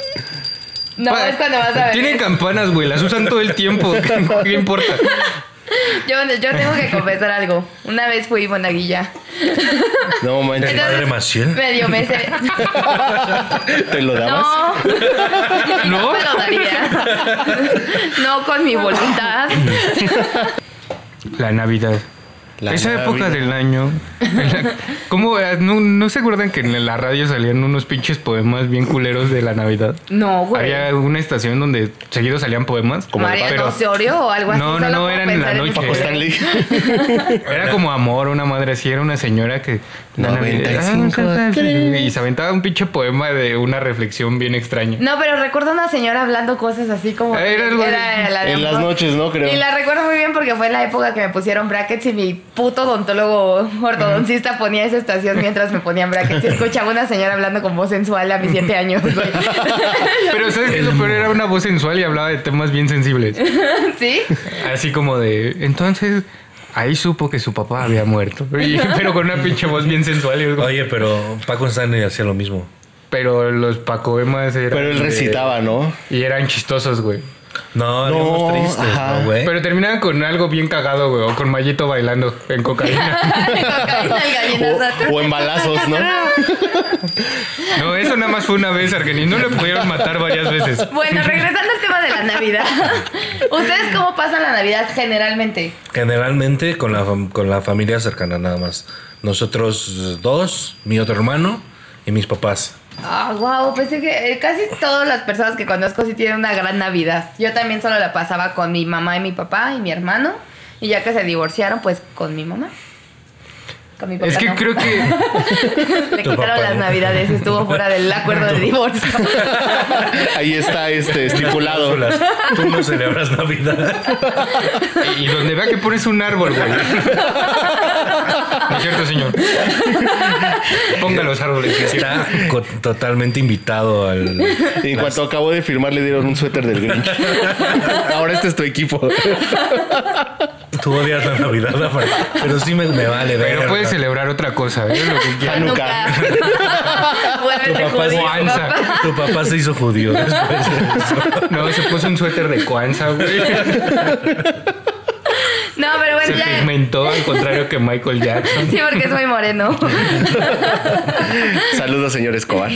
[SPEAKER 5] No,
[SPEAKER 3] Pa-
[SPEAKER 5] es cuando vas a
[SPEAKER 3] Tienen
[SPEAKER 5] ver.
[SPEAKER 3] campanas, güey. Las usan todo el tiempo. ¿Qué, qué importa?
[SPEAKER 5] Yo, yo tengo que confesar algo. Una vez fui bonaguilla.
[SPEAKER 6] No
[SPEAKER 4] El
[SPEAKER 6] manches,
[SPEAKER 4] padre Maciel.
[SPEAKER 5] Medio mes.
[SPEAKER 6] ¿te lo dabas?
[SPEAKER 5] No.
[SPEAKER 3] ¿No?
[SPEAKER 5] No me lo daría. No con mi voluntad.
[SPEAKER 3] La Navidad.
[SPEAKER 6] La
[SPEAKER 3] Esa época
[SPEAKER 6] Navidad.
[SPEAKER 3] del año. en la- ¿Cómo? eh, ¿No, no se acuerdan que en la radio salían unos pinches poemas bien culeros de la Navidad?
[SPEAKER 5] No, güey.
[SPEAKER 3] Había una estación donde seguido salían poemas.
[SPEAKER 5] Mariano
[SPEAKER 3] pero
[SPEAKER 5] Osorio o algo así.
[SPEAKER 3] No, no,
[SPEAKER 5] solo
[SPEAKER 3] no,
[SPEAKER 5] puedo
[SPEAKER 3] era en la
[SPEAKER 5] pensar
[SPEAKER 3] noche.
[SPEAKER 5] ese-
[SPEAKER 6] Paco Stanley.
[SPEAKER 3] era como amor, una madre así. Era una señora que. la "Ah, Navidad-
[SPEAKER 6] 95
[SPEAKER 3] y se aventaba un pinche poema de una reflexión bien extraña.
[SPEAKER 5] No, pero recuerdo una señora hablando cosas así como.
[SPEAKER 3] Era algo de-
[SPEAKER 5] la de
[SPEAKER 6] En las
[SPEAKER 5] amor.
[SPEAKER 6] noches, ¿no? Creo.
[SPEAKER 5] Y la recuerdo muy bien porque fue en la época que me pusieron brackets y mi puto odontólogo ortodoncista ponía esa estación mientras me ponían brackets y escuchaba una señora hablando con voz sensual a mis siete años. güey.
[SPEAKER 3] Pero ¿sabes qué? es Lo peor era una voz sensual y hablaba de temas bien sensibles.
[SPEAKER 5] ¿Sí?
[SPEAKER 3] Así como de, entonces, ahí supo que su papá había muerto. Y- pero con una pinche voz bien sensual. y algo.
[SPEAKER 4] Oye, pero Paco Stanley hacía lo mismo.
[SPEAKER 3] pero los pacoemas eran...
[SPEAKER 6] Pero él
[SPEAKER 3] de-
[SPEAKER 6] recitaba, ¿no?
[SPEAKER 3] Y eran chistosos, güey.
[SPEAKER 4] No,
[SPEAKER 6] No,
[SPEAKER 4] éramos tristes,
[SPEAKER 6] ajá.
[SPEAKER 4] ¿no, güey?
[SPEAKER 3] Pero terminaban con algo bien cagado, güey. O con Mayito bailando en cocaína.
[SPEAKER 5] Cocaína, el gallinazo.
[SPEAKER 6] O, o en balazos, ¿no?
[SPEAKER 3] No, eso nada más fue una vez, Argenis. No le pudieron matar varias veces.
[SPEAKER 5] Bueno, regresando al tema de la Navidad. ¿Ustedes cómo pasan la Navidad generalmente?
[SPEAKER 4] Generalmente con la, fam- con la familia cercana nada más. Nosotros dos, mi otro hermano y mis papás.
[SPEAKER 5] Ah, wow, pensé que eh, casi todas las personas que conozco sí tienen una gran Navidad. Yo también solo la pasaba con mi mamá y mi papá y mi hermano. Y ya que se divorciaron, pues con mi mamá. Con mi papá.
[SPEAKER 3] Es que
[SPEAKER 5] no.
[SPEAKER 3] creo que...
[SPEAKER 5] Le
[SPEAKER 4] Tu
[SPEAKER 5] quitaron
[SPEAKER 4] papá,
[SPEAKER 5] las
[SPEAKER 4] ¿no?
[SPEAKER 5] navidades, estuvo fuera del acuerdo de divorcio.
[SPEAKER 6] Ahí está este estipulado.
[SPEAKER 4] Cláusulas. Tú no celebras Navidad.
[SPEAKER 3] Y donde vea que pones un árbol, güey. No es cierto, señor. Ponga los árboles. que sí.
[SPEAKER 4] Está co- totalmente invitado al...
[SPEAKER 6] Y en cuanto acabo de firmar, le dieron un suéter del Grinch. Ahora este es tu equipo.
[SPEAKER 4] Tú odias la Navidad, Rafa, pero sí me, me vale.
[SPEAKER 3] Pero
[SPEAKER 4] verga.
[SPEAKER 3] puedes celebrar otra cosa. ¿eh? Lo que quieras.
[SPEAKER 6] Hanukkah.
[SPEAKER 4] Tu
[SPEAKER 5] Vuelve
[SPEAKER 4] papá,
[SPEAKER 5] judío.
[SPEAKER 3] Juanza.
[SPEAKER 5] papá.
[SPEAKER 4] tu papá se hizo judío después de eso.
[SPEAKER 3] No, se puso un suéter de cuanza, güey.
[SPEAKER 5] No, pero
[SPEAKER 3] Se
[SPEAKER 5] bueno, ya.
[SPEAKER 3] pigmentó, al contrario que Michael Jackson.
[SPEAKER 5] Sí, porque es muy moreno.
[SPEAKER 6] Saludos, señor Escobar.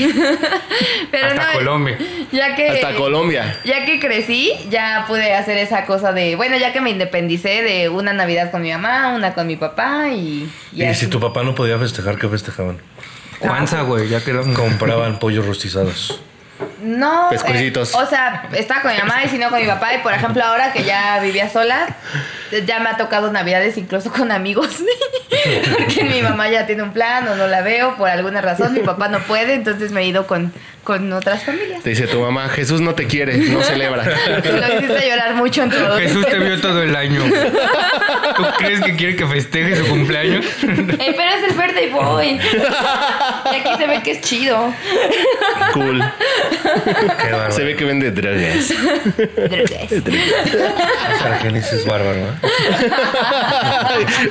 [SPEAKER 5] Pero
[SPEAKER 3] Hasta
[SPEAKER 5] no,
[SPEAKER 3] Colombia.
[SPEAKER 5] Ya que.
[SPEAKER 6] Hasta Colombia.
[SPEAKER 5] Ya que crecí, ya pude hacer esa cosa de, bueno, ya que me independicé de una Navidad con mi mamá, una con mi papá y... y
[SPEAKER 4] Y
[SPEAKER 5] así.
[SPEAKER 4] si tu papá no podía festejar, ¿qué festejaban?
[SPEAKER 3] Cuanza, güey, ya quedó.
[SPEAKER 4] Compraban pollos rostizados.
[SPEAKER 5] No,
[SPEAKER 6] Pescuecitos.
[SPEAKER 5] eh, o sea, estaba con mi mamá y si no con mi papá. Y por ejemplo, ahora que ya vivía sola, ya me ha tocado navidades incluso con amigos. Porque mi mamá ya tiene un plan o no la veo por alguna razón. Mi papá no puede, entonces me he ido con, con otras familias.
[SPEAKER 6] Te dice tu mamá, Jesús no te quiere, no celebra.
[SPEAKER 5] Lo hiciste llorar mucho en todo.
[SPEAKER 3] Jesús te vio todo el año. güey. ¿Tú crees que quiere que festeje su cumpleaños?
[SPEAKER 5] Eh, pero es el verde boy. Y aquí se ve que es chido.
[SPEAKER 6] Cool.
[SPEAKER 4] Qué bárbaro.
[SPEAKER 6] Se ve que vende drogas.
[SPEAKER 4] Los argenis es bárbaro, ¿eh?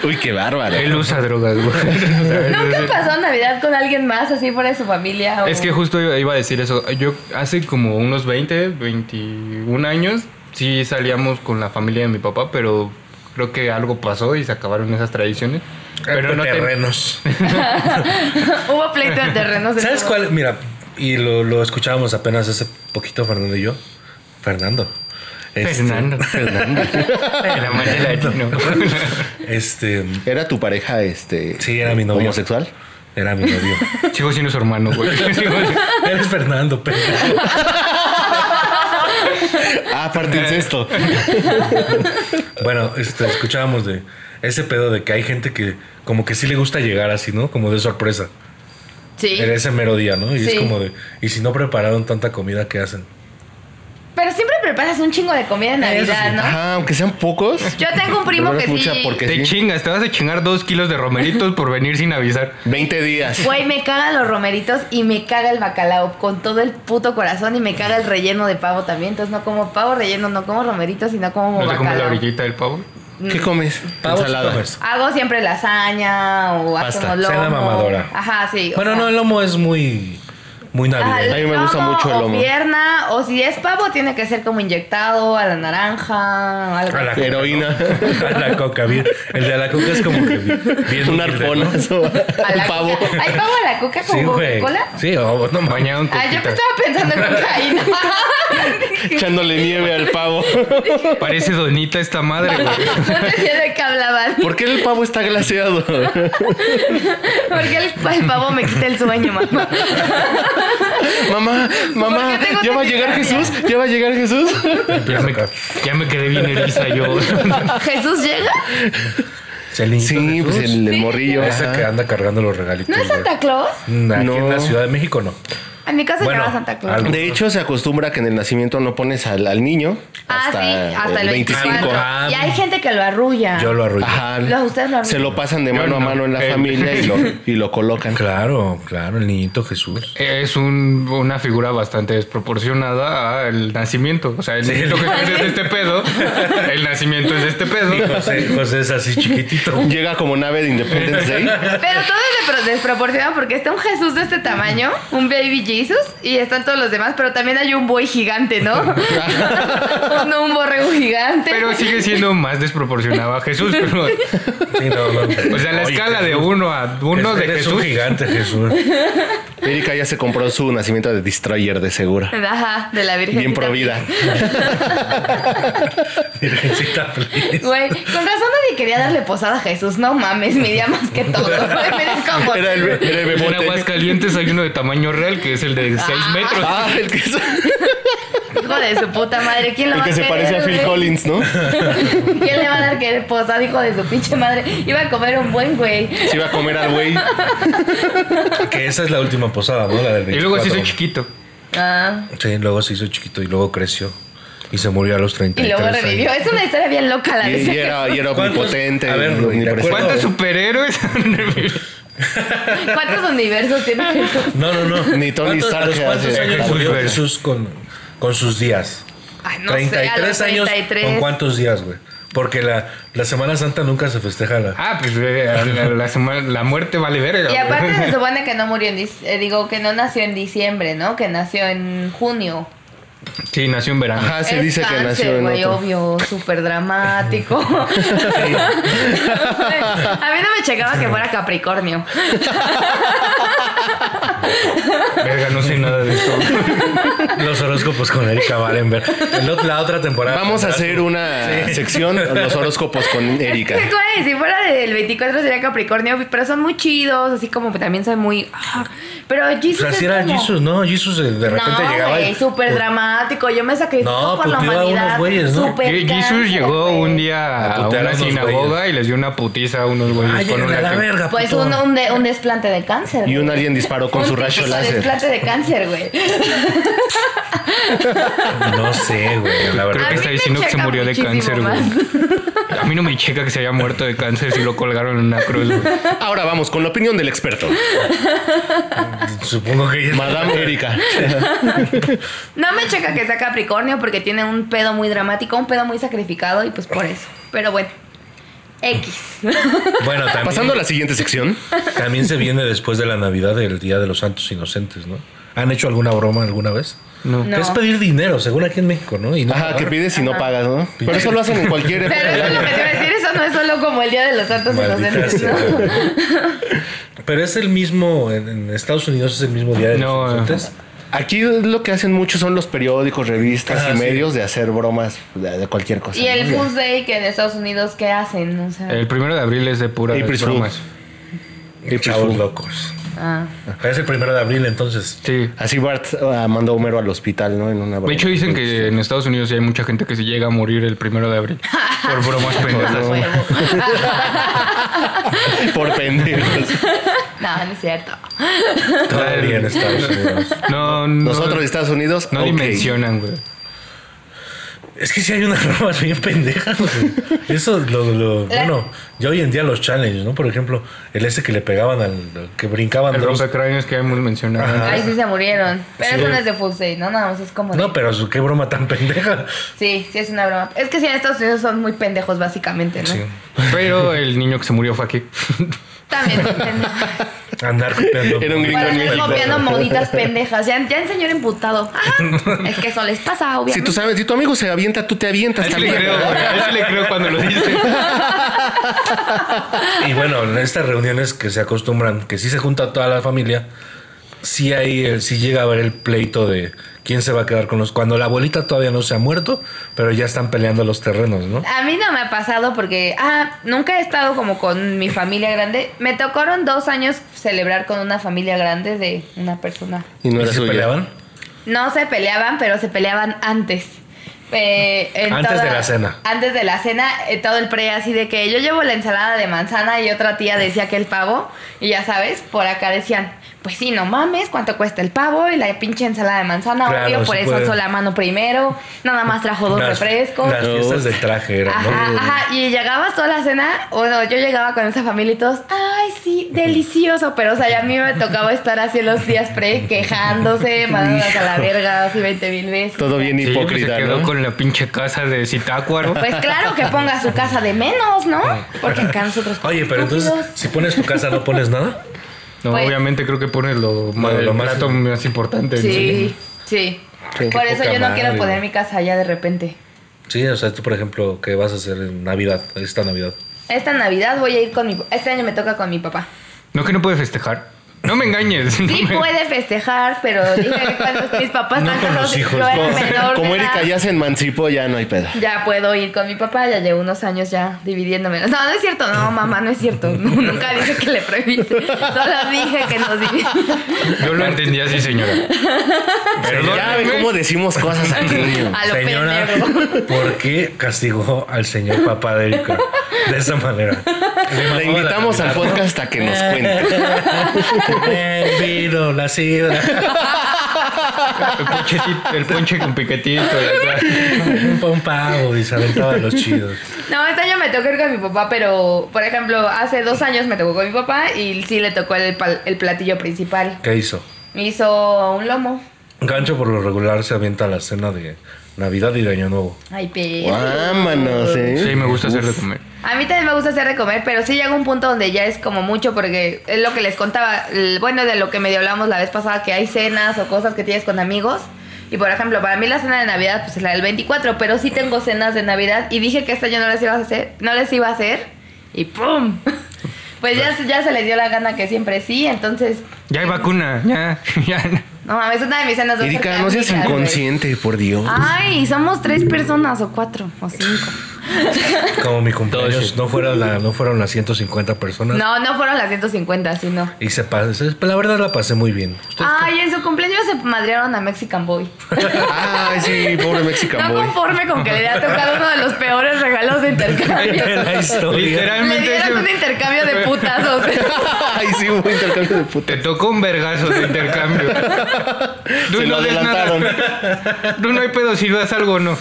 [SPEAKER 6] Uy, qué bárbaro.
[SPEAKER 3] Él usa drogas, güey.
[SPEAKER 5] ¿Nunca pasó Navidad con alguien más así fuera de su familia? o-
[SPEAKER 3] Es que justo iba a decir eso. Yo hace como unos 20, 21 años, sí salíamos con la familia de mi papá, pero creo que algo pasó y se acabaron esas tradiciones. Pero no te-
[SPEAKER 4] terrenos.
[SPEAKER 5] Hubo pleito de terrenos. en
[SPEAKER 4] ¿Sabes
[SPEAKER 5] todo.
[SPEAKER 4] cuál? Mira, y lo, lo escuchábamos apenas hace poquito Fernando y yo. Fernando. Este-
[SPEAKER 3] Fernando. El amante latino.
[SPEAKER 4] Este,
[SPEAKER 6] ¿Era tu pareja este
[SPEAKER 4] sí, era mi novio.
[SPEAKER 6] homosexual?
[SPEAKER 4] Era mi novio.
[SPEAKER 3] Sigo siendo su hermano, güey. Sigo-
[SPEAKER 4] Eres Fernando, pero...
[SPEAKER 6] Ah, aparte
[SPEAKER 4] Eh.
[SPEAKER 6] incesto.
[SPEAKER 4] Bueno, este, escuchábamos de ese pedo de que hay gente que como que sí le gusta llegar así, ¿no? Como de sorpresa.
[SPEAKER 5] Sí.
[SPEAKER 4] En ese mero día, ¿no? Y es
[SPEAKER 5] Sí.
[SPEAKER 4] como de, ¿y si no prepararon tanta comida, qué hacen?
[SPEAKER 5] Pero siempre preparas un chingo de comida en
[SPEAKER 4] Eso sí.
[SPEAKER 5] Navidad, ¿no?
[SPEAKER 6] Ajá, aunque sean pocos.
[SPEAKER 5] Yo tengo un primo
[SPEAKER 6] preparas
[SPEAKER 5] que
[SPEAKER 6] mucha
[SPEAKER 5] sí-
[SPEAKER 6] porque
[SPEAKER 3] Te
[SPEAKER 6] sí.
[SPEAKER 3] chingas, te vas a chingar dos kilos de romeritos por venir sin avisar.
[SPEAKER 6] 20 días.
[SPEAKER 5] Güey, me cagan los romeritos y me caga el bacalao con todo el puto corazón y me caga el relleno de pavo también. Entonces no como pavo relleno, no como romeritos y no como
[SPEAKER 3] No te comes la
[SPEAKER 5] bacalao.
[SPEAKER 3] orillita del pavo.
[SPEAKER 6] ¿Qué comes?
[SPEAKER 4] Pavos
[SPEAKER 6] Ensalada.
[SPEAKER 4] comes.
[SPEAKER 5] Hago siempre lasaña o
[SPEAKER 4] Pasta,
[SPEAKER 5] hacemos lomo.
[SPEAKER 4] cena mamadora.
[SPEAKER 5] Ajá, sí. o
[SPEAKER 4] Bueno,
[SPEAKER 5] sea,
[SPEAKER 4] no, el lomo es muy, muy
[SPEAKER 5] ajá,
[SPEAKER 4] navideño.
[SPEAKER 6] A mí me gusta mucho el
[SPEAKER 5] o
[SPEAKER 6] lomo.
[SPEAKER 5] pierna, o si es pavo, tiene que ser como inyectado a la naranja, o algo.
[SPEAKER 4] A la coca,
[SPEAKER 6] Heroína.
[SPEAKER 4] ¿no? A la coca, bien. El de a la coca es como que bien.
[SPEAKER 6] Un
[SPEAKER 4] humilde, ¿no?
[SPEAKER 6] arponazo.
[SPEAKER 5] A
[SPEAKER 6] Un
[SPEAKER 5] la
[SPEAKER 6] pavo.
[SPEAKER 5] coca. ¿Hay pavo a la coca con
[SPEAKER 4] Sí, güey.
[SPEAKER 5] Coca-Cola?
[SPEAKER 4] Sí, o no mames.
[SPEAKER 3] Bañado en
[SPEAKER 5] Ah, yo
[SPEAKER 3] coquita.
[SPEAKER 5] estaba pensando en cocaína.
[SPEAKER 6] Echándole nieve al pavo.
[SPEAKER 3] Parece donita esta madre, güey.
[SPEAKER 5] no entendía de qué hablaban.
[SPEAKER 6] ¿Por qué el pavo está glaseado?
[SPEAKER 5] Porque el, el pavo me quita el sueño, mamá.
[SPEAKER 6] mamá,
[SPEAKER 5] ¿Por
[SPEAKER 6] mamá,
[SPEAKER 5] qué tengo
[SPEAKER 6] ya va a llegar
[SPEAKER 5] taquicardia?
[SPEAKER 6] Jesús, ya va a llegar Jesús.
[SPEAKER 3] Ya me, ya me quedé bien eriza yo.
[SPEAKER 5] ¿Jesús llega?
[SPEAKER 4] Es el niñito
[SPEAKER 6] Sí,
[SPEAKER 4] Jesús.
[SPEAKER 6] pues el, el morrillo.
[SPEAKER 4] Ese que
[SPEAKER 6] ajá.
[SPEAKER 4] anda cargando los regalitos.
[SPEAKER 5] ¿No es
[SPEAKER 4] güey.
[SPEAKER 5] Santa Claus?
[SPEAKER 4] Mm, Aquí en la
[SPEAKER 6] No.
[SPEAKER 4] Ciudad de México no.
[SPEAKER 5] A mi casa
[SPEAKER 4] Bueno,
[SPEAKER 5] llegaba Santa Claus.
[SPEAKER 4] algo.
[SPEAKER 6] De hecho, se acostumbra que en el nacimiento no pones al, al niño
[SPEAKER 5] Ah,
[SPEAKER 6] hasta,
[SPEAKER 5] sí, hasta el 25.
[SPEAKER 4] Ah,
[SPEAKER 5] y
[SPEAKER 6] pues.
[SPEAKER 5] hay gente que lo arrulla.
[SPEAKER 4] Yo lo arruiné.
[SPEAKER 6] Ajá.
[SPEAKER 5] Lo- ustedes lo
[SPEAKER 6] se lo pasan de
[SPEAKER 3] Yo
[SPEAKER 6] mano a
[SPEAKER 3] no.
[SPEAKER 6] mano en la
[SPEAKER 3] Eh.
[SPEAKER 6] familia y lo, y lo colocan.
[SPEAKER 4] Claro, claro, el niñito Jesús.
[SPEAKER 3] Es un- una figura bastante desproporcionada al nacimiento. O sea, el niñito que crece es de este pedo. El nacimiento es de este pedo.
[SPEAKER 4] Y José, José es así chiquitito.
[SPEAKER 6] Llega como nave de Independence Day.
[SPEAKER 5] Pero todo es despro- desproporcionado porque está un Jesús de este tamaño, un baby Jesus, y están todos los demás, pero también hay un buey gigante, ¿no? no, un borrego gigante.
[SPEAKER 3] Pero sigue siendo más desproporcionado a Jesús. pero-
[SPEAKER 4] Sí, no, no.
[SPEAKER 3] o sea, la
[SPEAKER 4] Oye,
[SPEAKER 3] escala de
[SPEAKER 4] Jesús,
[SPEAKER 3] uno a uno de
[SPEAKER 4] eres un
[SPEAKER 3] Jesús.
[SPEAKER 4] gigante, Jesús.
[SPEAKER 6] Erika ya se compró su nacimiento de Destroyer de segura.
[SPEAKER 5] Ajá, de la Virgen.
[SPEAKER 6] Bien provida.
[SPEAKER 4] Virgencita feliz.
[SPEAKER 5] Güey, con razón nadie quería darle posada a Jesús. No mames, medía más que todo. Güey, miren cómo-
[SPEAKER 6] Era el, be- era el
[SPEAKER 3] En
[SPEAKER 6] bebote.
[SPEAKER 3] Aguascalientes hay uno de tamaño real que es el de 6 metros.
[SPEAKER 6] Ah, el que, es-
[SPEAKER 5] Hijo de su puta madre, ¿quién lo
[SPEAKER 6] el
[SPEAKER 5] va
[SPEAKER 6] que
[SPEAKER 5] a
[SPEAKER 6] se
[SPEAKER 5] querer,
[SPEAKER 6] parece a Phil
[SPEAKER 5] güey?
[SPEAKER 6] Collins, ¿no?
[SPEAKER 5] ¿Quién le va a dar que posada, hijo de su pinche madre? Iba a comer un buen güey.
[SPEAKER 6] Se iba a comer al güey.
[SPEAKER 4] Que esa es la última posada, ¿no? La del
[SPEAKER 3] Y
[SPEAKER 4] 24.
[SPEAKER 3] luego se hizo chiquito.
[SPEAKER 5] Ah,
[SPEAKER 4] Sí, luego se hizo chiquito y luego creció. Y se murió a los 30.
[SPEAKER 5] y luego revivió. Es una historia bien loca la
[SPEAKER 6] Y,
[SPEAKER 5] de
[SPEAKER 6] y
[SPEAKER 5] ese
[SPEAKER 6] era, y era
[SPEAKER 4] ¿Cuántos?
[SPEAKER 6] omnipotente.
[SPEAKER 4] A ver, Rubí, ¿te
[SPEAKER 6] omnipresente.
[SPEAKER 4] acuerdas?
[SPEAKER 3] ¿Cuántos superhéroes han revivido?
[SPEAKER 5] Jesús. ¿Cuántos universos tiene Jesús?
[SPEAKER 4] No, no, no.
[SPEAKER 6] Ni Tony
[SPEAKER 4] ¿Cuántos-
[SPEAKER 6] Stark
[SPEAKER 4] a los
[SPEAKER 6] hace
[SPEAKER 4] ¿Cuántos
[SPEAKER 6] eso.
[SPEAKER 4] años
[SPEAKER 3] Jesús
[SPEAKER 4] murió
[SPEAKER 3] verde.
[SPEAKER 4] Jesús con, con sus días?
[SPEAKER 5] Ay, no sé, a los
[SPEAKER 4] años.
[SPEAKER 5] 33.
[SPEAKER 4] ¿Con cuántos días, güey? Porque la, la Semana Santa nunca se festeja la.
[SPEAKER 3] Ah, pues eh, la, la sema- la muerte vale verga.
[SPEAKER 5] Y
[SPEAKER 3] güey.
[SPEAKER 5] aparte se supone que no murió en dic- eh, digo que no nació en diciembre, ¿no? Que nació en junio.
[SPEAKER 3] Sí, nació en verano.
[SPEAKER 4] Ah,
[SPEAKER 6] Ajá, se
[SPEAKER 5] Es
[SPEAKER 6] dice que
[SPEAKER 5] cáncer,
[SPEAKER 6] nació en
[SPEAKER 5] güey,
[SPEAKER 6] otro.
[SPEAKER 5] obvio, súper dramático. a mí no me checaba que fuera Capricornio.
[SPEAKER 3] Verga, no sé nada de esto.
[SPEAKER 4] Los horóscopos con Erika Valenberg. El ot- La otra temporada. pues,
[SPEAKER 6] Vamos a hacer una sección, los horóscopos con Erika.
[SPEAKER 5] Es que, güey, si fuera del 24 sería Capricornio, pero son muy chidos, así como que también son muy... ah, Pero
[SPEAKER 4] O
[SPEAKER 5] Jesus
[SPEAKER 4] sea,
[SPEAKER 5] es
[SPEAKER 4] si era
[SPEAKER 5] como-
[SPEAKER 4] Jesus, ¿no? Jesus eh, de repente
[SPEAKER 5] no,
[SPEAKER 4] llegaba.
[SPEAKER 5] güey,
[SPEAKER 4] y-
[SPEAKER 5] súper dramático. Yo me sacrifico
[SPEAKER 4] No,
[SPEAKER 5] por la
[SPEAKER 4] puteó a unos
[SPEAKER 5] humanidad.
[SPEAKER 4] güeyes, ¿no?
[SPEAKER 5] Súper
[SPEAKER 3] Je- Jesús
[SPEAKER 5] cáncer,
[SPEAKER 3] llegó
[SPEAKER 5] güey.
[SPEAKER 3] un día
[SPEAKER 4] A
[SPEAKER 3] a
[SPEAKER 4] putear a
[SPEAKER 3] una
[SPEAKER 4] unos
[SPEAKER 3] sinagoga y les dio una putiza a unos
[SPEAKER 4] Ah,
[SPEAKER 3] güeyes con
[SPEAKER 4] llévenla
[SPEAKER 3] una
[SPEAKER 4] a la
[SPEAKER 3] que-
[SPEAKER 4] verga.
[SPEAKER 5] Pues
[SPEAKER 4] puto.
[SPEAKER 5] un, un, de- un desplante de cáncer.
[SPEAKER 6] Y un
[SPEAKER 5] güey.
[SPEAKER 6] alien disparó con
[SPEAKER 5] Un
[SPEAKER 6] su
[SPEAKER 5] tipo
[SPEAKER 6] rayo
[SPEAKER 5] de
[SPEAKER 6] láser.
[SPEAKER 5] desplante de cáncer, güey.
[SPEAKER 4] No sé, güey.
[SPEAKER 3] Creo
[SPEAKER 4] La verdad.
[SPEAKER 3] que
[SPEAKER 5] A mí
[SPEAKER 3] está
[SPEAKER 5] me
[SPEAKER 3] diciendo que se
[SPEAKER 5] checa
[SPEAKER 3] murió de
[SPEAKER 5] muchísimo
[SPEAKER 3] cáncer, güey. A mí no me checa que se haya muerto de cáncer si lo colgaron en una cruz, güey.
[SPEAKER 6] Ahora vamos con la opinión del experto,
[SPEAKER 4] Supongo que ella.
[SPEAKER 6] Madame Erika.
[SPEAKER 5] No me checa que sea Capricornio porque tiene un pedo muy dramático, un pedo muy sacrificado y pues por eso. Pero bueno. X.
[SPEAKER 4] Bueno, también.
[SPEAKER 6] Pasando a la siguiente sección.
[SPEAKER 4] También se viene después de la Navidad el Día de los Santos Inocentes, ¿no? ¿Han hecho alguna broma alguna vez?
[SPEAKER 3] No.
[SPEAKER 4] Que Es pedir dinero, según aquí en México, ¿no? Y no
[SPEAKER 6] Ajá, que pides y no pagas, ¿no? Pero eso lo hacen en cualquier época
[SPEAKER 5] Pero
[SPEAKER 6] del
[SPEAKER 5] eso es lo
[SPEAKER 6] año.
[SPEAKER 5] que te iba a decir, eso no es solo como el Día de los Santos
[SPEAKER 4] Maldita
[SPEAKER 5] Inocentes,
[SPEAKER 4] sea,
[SPEAKER 5] ¿no?
[SPEAKER 4] ¿no? Pero es el mismo, en, en Estados Unidos es el mismo Día de
[SPEAKER 3] No,
[SPEAKER 4] los Inocentes.
[SPEAKER 6] Aquí lo que hacen mucho son los periódicos, revistas
[SPEAKER 4] Ah,
[SPEAKER 6] y
[SPEAKER 4] sí.
[SPEAKER 6] medios de hacer bromas de, de cualquier cosa.
[SPEAKER 5] Y el
[SPEAKER 6] ¿no?
[SPEAKER 5] Fool's Day que en Estados Unidos, ¿qué hacen? O sea,
[SPEAKER 3] El primero de abril es de puras
[SPEAKER 6] April Fool.
[SPEAKER 3] bromas.
[SPEAKER 6] Y pues,
[SPEAKER 4] Chavos
[SPEAKER 6] fu-
[SPEAKER 4] locos.
[SPEAKER 5] ah.
[SPEAKER 4] Pero es el primero de abril, entonces.
[SPEAKER 3] Sí.
[SPEAKER 6] Así Bart ah, mandó a Homero al hospital, ¿no? En una broma.
[SPEAKER 3] De hecho, dicen que en Estados Unidos sí hay mucha gente que se llega a morir el primero de abril por bromas pendejas.
[SPEAKER 6] Por pendejos.
[SPEAKER 5] No, no es cierto.
[SPEAKER 4] Todavía en Estados Unidos.
[SPEAKER 3] No, no,
[SPEAKER 6] Nosotros de Estados Unidos.
[SPEAKER 3] no
[SPEAKER 6] ok.
[SPEAKER 3] dimensionan, güey.
[SPEAKER 4] Es que si hay unas normas bien pendejas. güey. Eso es lo, lo-
[SPEAKER 5] La-
[SPEAKER 4] bueno, ya hoy en día los challenges, ¿no? Por ejemplo, el ese que le pegaban al que brincaban
[SPEAKER 3] El
[SPEAKER 4] dos-
[SPEAKER 3] rompecráneos que hemos mencionado.
[SPEAKER 4] Ajá.
[SPEAKER 5] Ahí sí se murieron. Pero
[SPEAKER 4] Sí.
[SPEAKER 5] eso no es de Full Sail, ¿no? Nada más es como. de-
[SPEAKER 4] No, pues. pero su- qué broma tan pendeja.
[SPEAKER 5] Sí, sí es una broma. Es que sí, en Estados Unidos son muy pendejos, básicamente, ¿no?
[SPEAKER 4] Sí.
[SPEAKER 3] Pero el niño que se murió fue aquí.
[SPEAKER 5] También son pendejos.
[SPEAKER 4] Andar copiando.
[SPEAKER 6] Era un gringo
[SPEAKER 5] Para
[SPEAKER 6] en
[SPEAKER 5] andar
[SPEAKER 6] México.
[SPEAKER 5] copiando moditas pendejas. Ya, ya el señor emputado. Ajá. Ah, Es que eso les pasa,
[SPEAKER 6] Si tú
[SPEAKER 5] obviamente.
[SPEAKER 6] sabes, si tu amigo se avienta, tú te
[SPEAKER 3] A
[SPEAKER 6] avientas
[SPEAKER 3] él sí le
[SPEAKER 6] también.
[SPEAKER 3] creo, güey. A él sí le creo cuando lo dice.
[SPEAKER 4] Y bueno, en estas reuniones que se acostumbran, que sí se junta toda la familia, sí hay, eh, sí llega a haber el pleito de quién se va a quedar con los. Cuando la abuelita todavía no se ha muerto, pero ya están peleando los terrenos, ¿no?
[SPEAKER 5] A mí no me ha pasado porque, ah, nunca he estado como con mi familia grande. Me tocaron dos años celebrar con una familia grande de una persona.
[SPEAKER 6] Y no
[SPEAKER 4] ¿Y
[SPEAKER 6] era
[SPEAKER 4] se
[SPEAKER 6] suya.
[SPEAKER 4] peleaban?
[SPEAKER 5] No se peleaban, pero se peleaban antes. Eh, en
[SPEAKER 4] Antes de la cena.
[SPEAKER 5] Antes de la cena, eh, todo el pre así de que yo llevo la ensalada de manzana y otra tía decía que el pavo. Y ya sabes, por acá decían, pues sí, no mames, ¿cuánto cuesta el pavo? Y la pinche ensalada de manzana,
[SPEAKER 4] Claro,
[SPEAKER 5] obvio,
[SPEAKER 4] sí
[SPEAKER 5] por eso
[SPEAKER 4] puede.
[SPEAKER 5] alzó la mano primero. Nada más trajo dos
[SPEAKER 4] Las-
[SPEAKER 5] refrescos.
[SPEAKER 4] Las fiestas de traje eran, ¿no?
[SPEAKER 5] Ajá, ajá, y llegabas toda la cena, bueno, yo llegaba con esa familia y todos, ay, sí, delicioso, pero o sea, ya a mí me tocaba estar así los días pre, quejándose, mandándolas a la verga, así 20 mil veces.
[SPEAKER 6] Todo bien
[SPEAKER 3] Sí, yo creo que se
[SPEAKER 6] hipócrita,
[SPEAKER 3] quedó
[SPEAKER 6] ¿no?
[SPEAKER 3] con la pinche casa de Zitácuaro.
[SPEAKER 5] Pues claro que ponga su casa de menos, ¿no? Porque acá nosotros...
[SPEAKER 4] Oye, pero entonces,
[SPEAKER 5] estúpidos.
[SPEAKER 4] si pones tu casa, no pones nada.
[SPEAKER 3] No,
[SPEAKER 5] Pues-
[SPEAKER 3] obviamente creo que pone lo,
[SPEAKER 4] Lo- lo
[SPEAKER 3] el
[SPEAKER 4] más-
[SPEAKER 3] plato más importante. ¿no?
[SPEAKER 5] Sí, sí.
[SPEAKER 6] Qué
[SPEAKER 5] Por eso
[SPEAKER 4] poca
[SPEAKER 5] yo no quiero
[SPEAKER 4] madre.
[SPEAKER 5] poner mi casa allá de repente.
[SPEAKER 4] Sí, o sea, tú, por ejemplo, ¿qué vas a hacer en Navidad, esta Navidad?
[SPEAKER 5] Esta Navidad voy a ir con mi... Este año me toca con mi papá.
[SPEAKER 3] No que no puede festejar. No me engañes.
[SPEAKER 5] Sí pues.
[SPEAKER 3] No me-
[SPEAKER 5] puede festejar, pero dije que cuando mis papás
[SPEAKER 4] No
[SPEAKER 5] están
[SPEAKER 4] con los
[SPEAKER 5] casados,
[SPEAKER 4] hijos,
[SPEAKER 5] yo era
[SPEAKER 4] no.
[SPEAKER 5] menor de
[SPEAKER 6] Como
[SPEAKER 5] edad.
[SPEAKER 6] Erika ya se emancipó, ya no hay pedo.
[SPEAKER 5] Ya puedo ir con mi papá, ya llevo unos años ya dividiéndome. No, no es cierto, no, mamá, no es cierto. No, nunca dije que le prohibiste. Solo dije que nos dividimos.
[SPEAKER 3] Yo lo entendí así, señora.
[SPEAKER 6] Ya ve
[SPEAKER 3] Perdóneme.
[SPEAKER 6] cómo decimos cosas aquí.
[SPEAKER 5] A lo
[SPEAKER 4] Señora,
[SPEAKER 5] pendejo.
[SPEAKER 4] ¿por qué castigó al señor papá de Erika de esa manera?
[SPEAKER 6] La invitamos al podcast a que nos cuente.
[SPEAKER 4] El Eh, vino, la sidra,
[SPEAKER 3] El ponchecito- el ponche con piquetito. la-
[SPEAKER 4] un pan pavo y se aventaba los chidos.
[SPEAKER 5] No, este año me tocó ir con mi papá, pero por ejemplo, hace dos años me tocó con mi papá y sí le tocó el, pal- el platillo principal.
[SPEAKER 4] ¿Qué hizo?
[SPEAKER 5] Me hizo un lomo.
[SPEAKER 4] Gancho por lo regular se avienta a la cena de Navidad y de Año Nuevo.
[SPEAKER 5] Ay, pero.
[SPEAKER 6] Vámonos, ¿eh?
[SPEAKER 3] Sí, me gusta hacer de comer.
[SPEAKER 5] A mí también me gusta hacer de comer, pero sí llega un punto donde ya es como mucho porque es lo que les contaba, el- bueno, de lo que medio hablamos la vez pasada, que hay cenas o cosas que tienes con amigos. Y por ejemplo, para mí la cena de Navidad pues es la del 24, pero sí tengo cenas de Navidad y dije que este año no les iba a hacer, no les iba a hacer y ¡pum! Pues ya, ya se les dio la gana que siempre sí, entonces,
[SPEAKER 3] Ya hay vacuna, ya, ya.
[SPEAKER 5] no mames, una de mis cenas va a ser
[SPEAKER 6] Erika, no seas
[SPEAKER 5] clásica, güey. Ah.
[SPEAKER 6] inconsciente, por Dios.
[SPEAKER 5] Ay, somos tres personas o cuatro o cinco.
[SPEAKER 4] Como mi cumpleaños no, fuera la, no fueron las 150 personas.
[SPEAKER 5] No, no fueron las 150, sí, no.
[SPEAKER 4] Y se pasó. La verdad la pasé muy bien. ¿Ustedes qué?
[SPEAKER 5] Ay, en su cumpleaños se madrearon a Mexican Boy.
[SPEAKER 6] Ay, sí, pobre Mexican
[SPEAKER 5] No
[SPEAKER 6] Boy.
[SPEAKER 5] conforme con que le haya tocado uno de los peores regalos de intercambio.
[SPEAKER 4] De la historia.
[SPEAKER 5] Le
[SPEAKER 3] Literalmente
[SPEAKER 5] dieron un
[SPEAKER 3] ese-
[SPEAKER 5] intercambio de putazos.
[SPEAKER 6] Ay, sí, hubo intercambio de puta.
[SPEAKER 3] te tocó un vergazo de intercambio. Tú
[SPEAKER 6] Se lo
[SPEAKER 3] no des nada.
[SPEAKER 6] adelantaron.
[SPEAKER 3] Tú no hay pedo si das algo o no.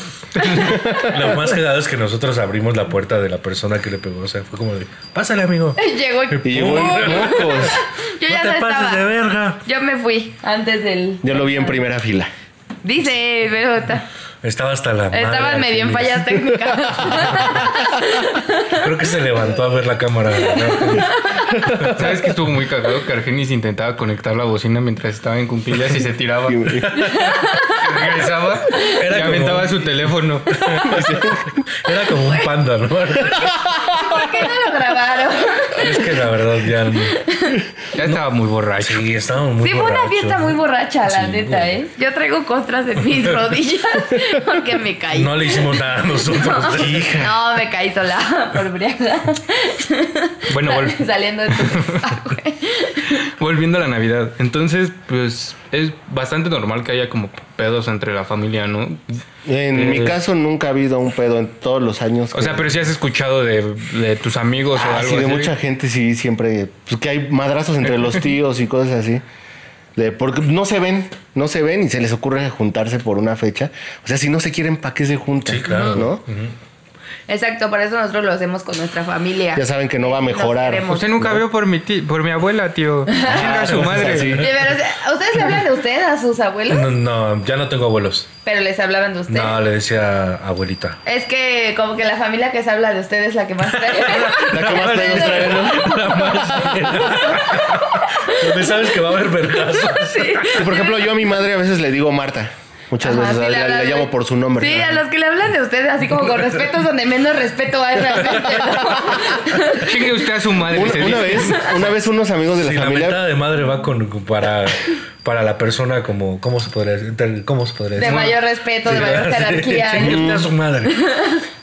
[SPEAKER 4] Lo más cagado es que nosotros abrimos la puerta de la persona que le pegó. O sea, fue como de, pásale, amigo.
[SPEAKER 5] Llegó y
[SPEAKER 6] Y llegó
[SPEAKER 5] ¡pum!
[SPEAKER 6] en mocos.
[SPEAKER 5] Yo
[SPEAKER 4] no
[SPEAKER 5] ya
[SPEAKER 4] te pases
[SPEAKER 5] no
[SPEAKER 4] de
[SPEAKER 5] estaba.
[SPEAKER 4] verga.
[SPEAKER 5] Yo me fui antes del.
[SPEAKER 6] Yo lo vi en primera fila.
[SPEAKER 5] Dice, pero ta-
[SPEAKER 4] Estaba hasta la madre.
[SPEAKER 5] estaban medio en
[SPEAKER 4] Feliz.
[SPEAKER 5] fallas técnicas.
[SPEAKER 4] Creo que se levantó a ver la cámara.
[SPEAKER 3] ¿Sabes que estuvo muy cagado? Que Argenis intentaba conectar la bocina mientras estaba en cumpillas y se tiraba.
[SPEAKER 6] Y-
[SPEAKER 3] Y regresaba
[SPEAKER 4] Era
[SPEAKER 3] y
[SPEAKER 4] como-
[SPEAKER 3] aventaba su teléfono.
[SPEAKER 4] Era como un panda, ¿no?
[SPEAKER 5] ¿Por qué no lo grabaron?
[SPEAKER 4] Es que la verdad ya... no.
[SPEAKER 3] Ya estaba muy borracho.
[SPEAKER 4] Sí, estábamos muy
[SPEAKER 5] Sí, fue una
[SPEAKER 4] borrachos.
[SPEAKER 5] fiesta muy borracha, la
[SPEAKER 4] Sí,
[SPEAKER 5] neta, ¿eh? Yo traigo costras en mis rodillas porque me caí.
[SPEAKER 4] No le hicimos nada a nosotros. Hija.
[SPEAKER 5] No, me caí sola por briaga.
[SPEAKER 3] Bueno, vol-
[SPEAKER 5] Saliendo de tu casa, güey.
[SPEAKER 3] volviendo a la Navidad. Entonces, pues es bastante normal que haya como pedos entre la familia, ¿no?
[SPEAKER 6] En mi caso nunca ha habido un pedo en todos los años.
[SPEAKER 3] Eh, O sea,
[SPEAKER 6] que-
[SPEAKER 3] pero si has escuchado de, de tus amigos o
[SPEAKER 6] Ah,
[SPEAKER 3] algo
[SPEAKER 6] sí, de
[SPEAKER 3] así.
[SPEAKER 6] mucha gente sí, siempre. Pues que hay madrazos entre los tíos y cosas así. De, porque no se ven, no se ven y se les ocurre juntarse por una fecha. O sea, si no se quieren, ¿para qué se juntan?
[SPEAKER 4] Sí, claro.
[SPEAKER 6] ¿No?
[SPEAKER 5] Exacto, por eso nosotros lo hacemos con nuestra familia.
[SPEAKER 6] Ya saben que no va a mejorar.
[SPEAKER 5] queremos.
[SPEAKER 3] Usted nunca vio por mi, ti- por mi abuela, tío. Ah, Chinga
[SPEAKER 6] Pues,
[SPEAKER 3] su madre.
[SPEAKER 5] Sí, pero, o sea, ¿Ustedes le hablan de ustedes a sus abuelos?
[SPEAKER 4] No, no, ya no tengo abuelos.
[SPEAKER 5] Pero les hablaban de ustedes.
[SPEAKER 4] No, le decía abuelita.
[SPEAKER 5] Es que como que la familia que se habla de ustedes es la que más trae.
[SPEAKER 6] La que más te gusta, ¿no?
[SPEAKER 4] Donde sabes que va a haber vergazos.
[SPEAKER 6] Sí, Por ejemplo, yo a mi madre a veces le digo Marta. Muchas
[SPEAKER 5] Ajá,
[SPEAKER 6] veces
[SPEAKER 5] sí,
[SPEAKER 6] la-
[SPEAKER 5] le
[SPEAKER 6] la,
[SPEAKER 5] hablan
[SPEAKER 6] la
[SPEAKER 5] de-
[SPEAKER 6] llamo por su nombre.
[SPEAKER 5] Sí, a los que le hablan de ustedes así como con respeto es donde menos respeto hay realmente. ¿no?
[SPEAKER 3] Chingue usted a su madre.
[SPEAKER 6] Una,
[SPEAKER 3] se
[SPEAKER 6] una
[SPEAKER 3] dice.
[SPEAKER 6] vez, una vez unos amigos de la
[SPEAKER 4] Sí, la
[SPEAKER 6] familia.
[SPEAKER 4] mentada de madre va con, con- para, para la persona como, ¿cómo se podría decir? Inter- ¿Cómo se podría
[SPEAKER 5] De
[SPEAKER 4] decir?
[SPEAKER 5] mayor respeto, de mayor jerarquía.
[SPEAKER 4] Sí, chingue usted a su madre.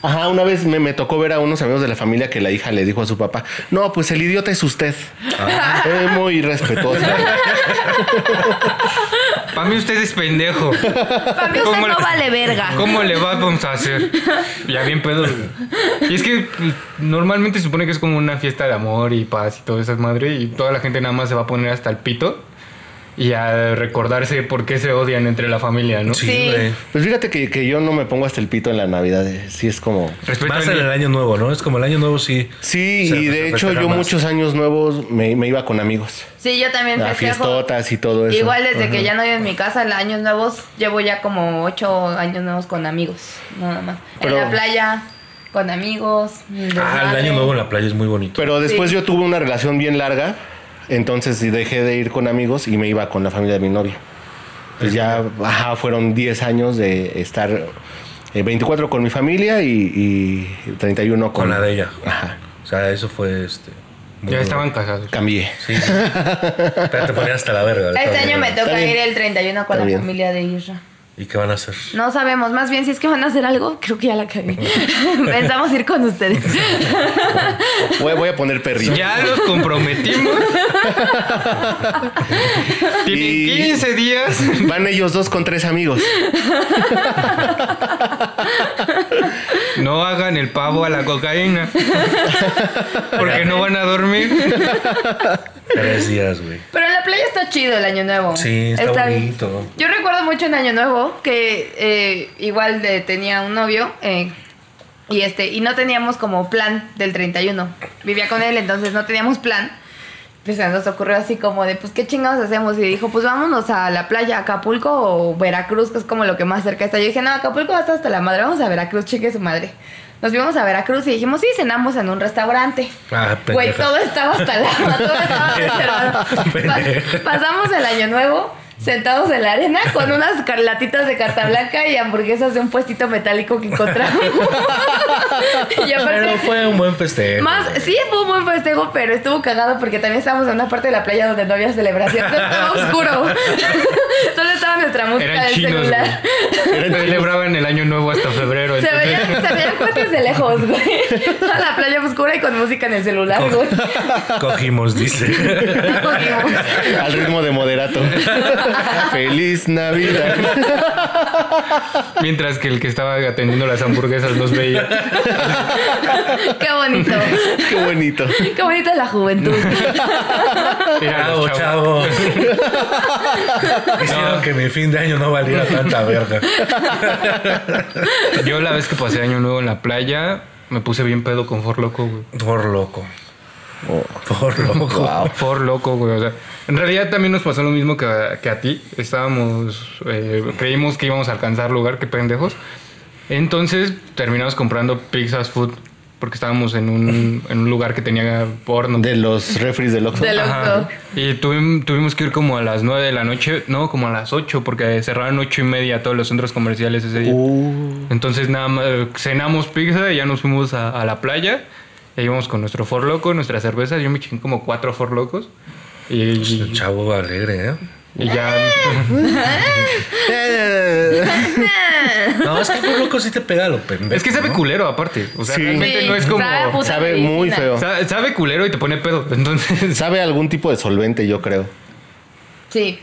[SPEAKER 6] Ajá, una vez me, me tocó ver a unos amigos de la familia que la hija le dijo a su papá: No, pues el idiota es usted.
[SPEAKER 5] Ah.
[SPEAKER 6] Es muy respetuoso.
[SPEAKER 3] Para mí usted es pendejo.
[SPEAKER 5] Para mí usted
[SPEAKER 3] ¿Cómo
[SPEAKER 5] no
[SPEAKER 3] le-
[SPEAKER 5] vale verga.
[SPEAKER 3] ¿Cómo le vamos a hacer? Ya bien pedo. güey. Y es que pues, normalmente se supone que es como una fiesta de amor y paz y toda esa madre y toda la gente nada más se va a poner hasta el pito y a recordarse por qué se odian entre la familia, ¿no?
[SPEAKER 4] Sí,
[SPEAKER 5] Sí.
[SPEAKER 4] güey.
[SPEAKER 6] Pues fíjate que, que yo no me pongo hasta el pito en la Navidad. eh, Sí, es como.
[SPEAKER 3] Respeto
[SPEAKER 4] Más
[SPEAKER 3] a
[SPEAKER 4] en el año nuevo, ¿no? Es como el año nuevo sí.
[SPEAKER 6] Sí,
[SPEAKER 4] se-
[SPEAKER 6] y
[SPEAKER 4] se
[SPEAKER 6] de hecho,
[SPEAKER 4] festeja
[SPEAKER 6] yo
[SPEAKER 4] más.
[SPEAKER 6] muchos años nuevos me, me iba con amigos.
[SPEAKER 5] Sí, yo también
[SPEAKER 6] A
[SPEAKER 5] festejo.
[SPEAKER 6] fiestotas y todo eso.
[SPEAKER 5] Igual desde que ya no vivo en mi casa, los años nuevos, llevo ya como ocho años nuevos con amigos, nada más.
[SPEAKER 6] Pero-
[SPEAKER 5] En la playa, con amigos.
[SPEAKER 4] Ah, el
[SPEAKER 5] desmadre.
[SPEAKER 4] año nuevo en la playa es muy bonito.
[SPEAKER 6] Pero después
[SPEAKER 5] Sí.
[SPEAKER 6] yo tuve una relación bien larga, entonces dejé de ir con amigos y me iba con la familia de mi novia. Pues ya, ajá, fueron 10 años de estar eh, 24 con mi familia y, y 31 con,
[SPEAKER 4] Con la de ella.
[SPEAKER 6] Ajá,
[SPEAKER 4] O sea, eso fue este. muy
[SPEAKER 3] Ya
[SPEAKER 4] duro.
[SPEAKER 3] estaban casados.
[SPEAKER 6] cambié.
[SPEAKER 4] Sí, sí. Te, te ponía hasta la verga. de
[SPEAKER 5] Este
[SPEAKER 4] todas
[SPEAKER 5] año me
[SPEAKER 4] maneras.
[SPEAKER 5] toca
[SPEAKER 6] bien.
[SPEAKER 5] ir el 31 con
[SPEAKER 6] Está
[SPEAKER 5] la
[SPEAKER 6] bien.
[SPEAKER 5] familia de Isra.
[SPEAKER 4] ¿Y qué van a hacer?
[SPEAKER 5] No sabemos, más bien si es que van a hacer algo, creo que ya la cagué. Pensamos ir con ustedes.
[SPEAKER 6] Voy, voy a poner perrillo.
[SPEAKER 3] Ya los comprometimos. Tienen
[SPEAKER 6] Y-
[SPEAKER 3] 15 días.
[SPEAKER 6] Van ellos dos con tres amigos.
[SPEAKER 3] No hagan el pavo a la cocaína. Porque no van a dormir.
[SPEAKER 4] Tres días, güey.
[SPEAKER 5] Pero en la playa está chido el año nuevo.
[SPEAKER 4] Sí, está
[SPEAKER 5] bien.
[SPEAKER 4] bonito.
[SPEAKER 5] Yo recuerdo mucho en año nuevo que eh, igual de- tenía un novio eh, y este y no teníamos como plan del 31. Vivía con él, entonces no teníamos plan. Pues se nos ocurrió así como de, pues, ¿qué chingados hacemos? Y dijo, pues, vámonos a la playa, Acapulco o Veracruz, que es como lo que más cerca está. Yo dije, no, Acapulco va a estar hasta la madre, vamos a Veracruz, chique su madre. Nos vimos a Veracruz y dijimos, sí, cenamos en un restaurante.
[SPEAKER 4] Ah,
[SPEAKER 5] Güey,
[SPEAKER 4] pendeja.
[SPEAKER 5] todo estaba hasta la todo estaba reservado. Pa- pasamos el año nuevo sentados en la arena con unas carlatitas de carta blanca y hamburguesas de un puestito metálico que encontramos. y
[SPEAKER 4] Pero
[SPEAKER 5] aparte,
[SPEAKER 4] fue un buen festejo.
[SPEAKER 5] más,
[SPEAKER 4] güey.
[SPEAKER 5] sí fue un buen festejo, pero estuvo cagado porque también estábamos en una parte de la playa donde no había celebración. Todo estaba oscuro. Solo estaba nuestra música
[SPEAKER 3] Eran
[SPEAKER 5] del
[SPEAKER 3] chinos,
[SPEAKER 5] celular.
[SPEAKER 3] güey. Celebraban el año nuevo hasta febrero.
[SPEAKER 5] Se
[SPEAKER 3] entonces-
[SPEAKER 5] veían, se veían cohetes de lejos, güey. Toda la playa oscura y con música en el celular, güey.
[SPEAKER 4] Cogimos, dice.
[SPEAKER 6] Al ritmo de moderato. Feliz Navidad.
[SPEAKER 3] Mientras que el que estaba atendiendo las hamburguesas los veía.
[SPEAKER 5] Qué bonito.
[SPEAKER 6] Qué bonito.
[SPEAKER 5] Qué bonita es la juventud.
[SPEAKER 3] Era los
[SPEAKER 4] Bravo,
[SPEAKER 3] chavos.
[SPEAKER 4] chavos. Hicieron que mi fin de año no valiera tanta verga.
[SPEAKER 3] Yo la vez que pasé año nuevo en la playa, me puse bien pedo con For Loco, güey.
[SPEAKER 4] Por loco. Por loco.
[SPEAKER 3] For Loco, güey. O sea, en realidad también nos pasó lo mismo que a, que a ti. Estábamos, eh, creímos que íbamos a alcanzar lugar, qué pendejos. Entonces terminamos comprando pizzas food porque estábamos en un, en un lugar que tenía porno.
[SPEAKER 6] De los refries del Oxxo.
[SPEAKER 5] De lo
[SPEAKER 3] Ajá. Y tuvim- tuvimos que ir como a las 9 de la noche, no, como a las 8, porque cerraron 8 y media todos los centros comerciales ese día.
[SPEAKER 6] Uh.
[SPEAKER 3] Entonces nada más eh, cenamos pizza y ya nos fuimos a, a la playa. Y íbamos con nuestro forloco, nuestras cervezas. Yo me eché como cuatro forlocos. Y,
[SPEAKER 4] Un
[SPEAKER 3] y,
[SPEAKER 4] Chavo alegre, ¿eh?
[SPEAKER 3] ya.
[SPEAKER 6] Eh,
[SPEAKER 4] No, es que por loco sí te pega lo pendejo.
[SPEAKER 3] es que sabe
[SPEAKER 4] ¿no?
[SPEAKER 3] culero aparte. O sea,
[SPEAKER 6] Sí.
[SPEAKER 3] realmente
[SPEAKER 5] Sí,
[SPEAKER 3] no es como.
[SPEAKER 5] sabe a puta
[SPEAKER 6] Sabe
[SPEAKER 5] medicina.
[SPEAKER 6] muy feo.
[SPEAKER 3] sa- sabe culero y te pone pedo. Entonces.
[SPEAKER 6] Sabe a algún tipo de solvente, yo creo.
[SPEAKER 5] Sí.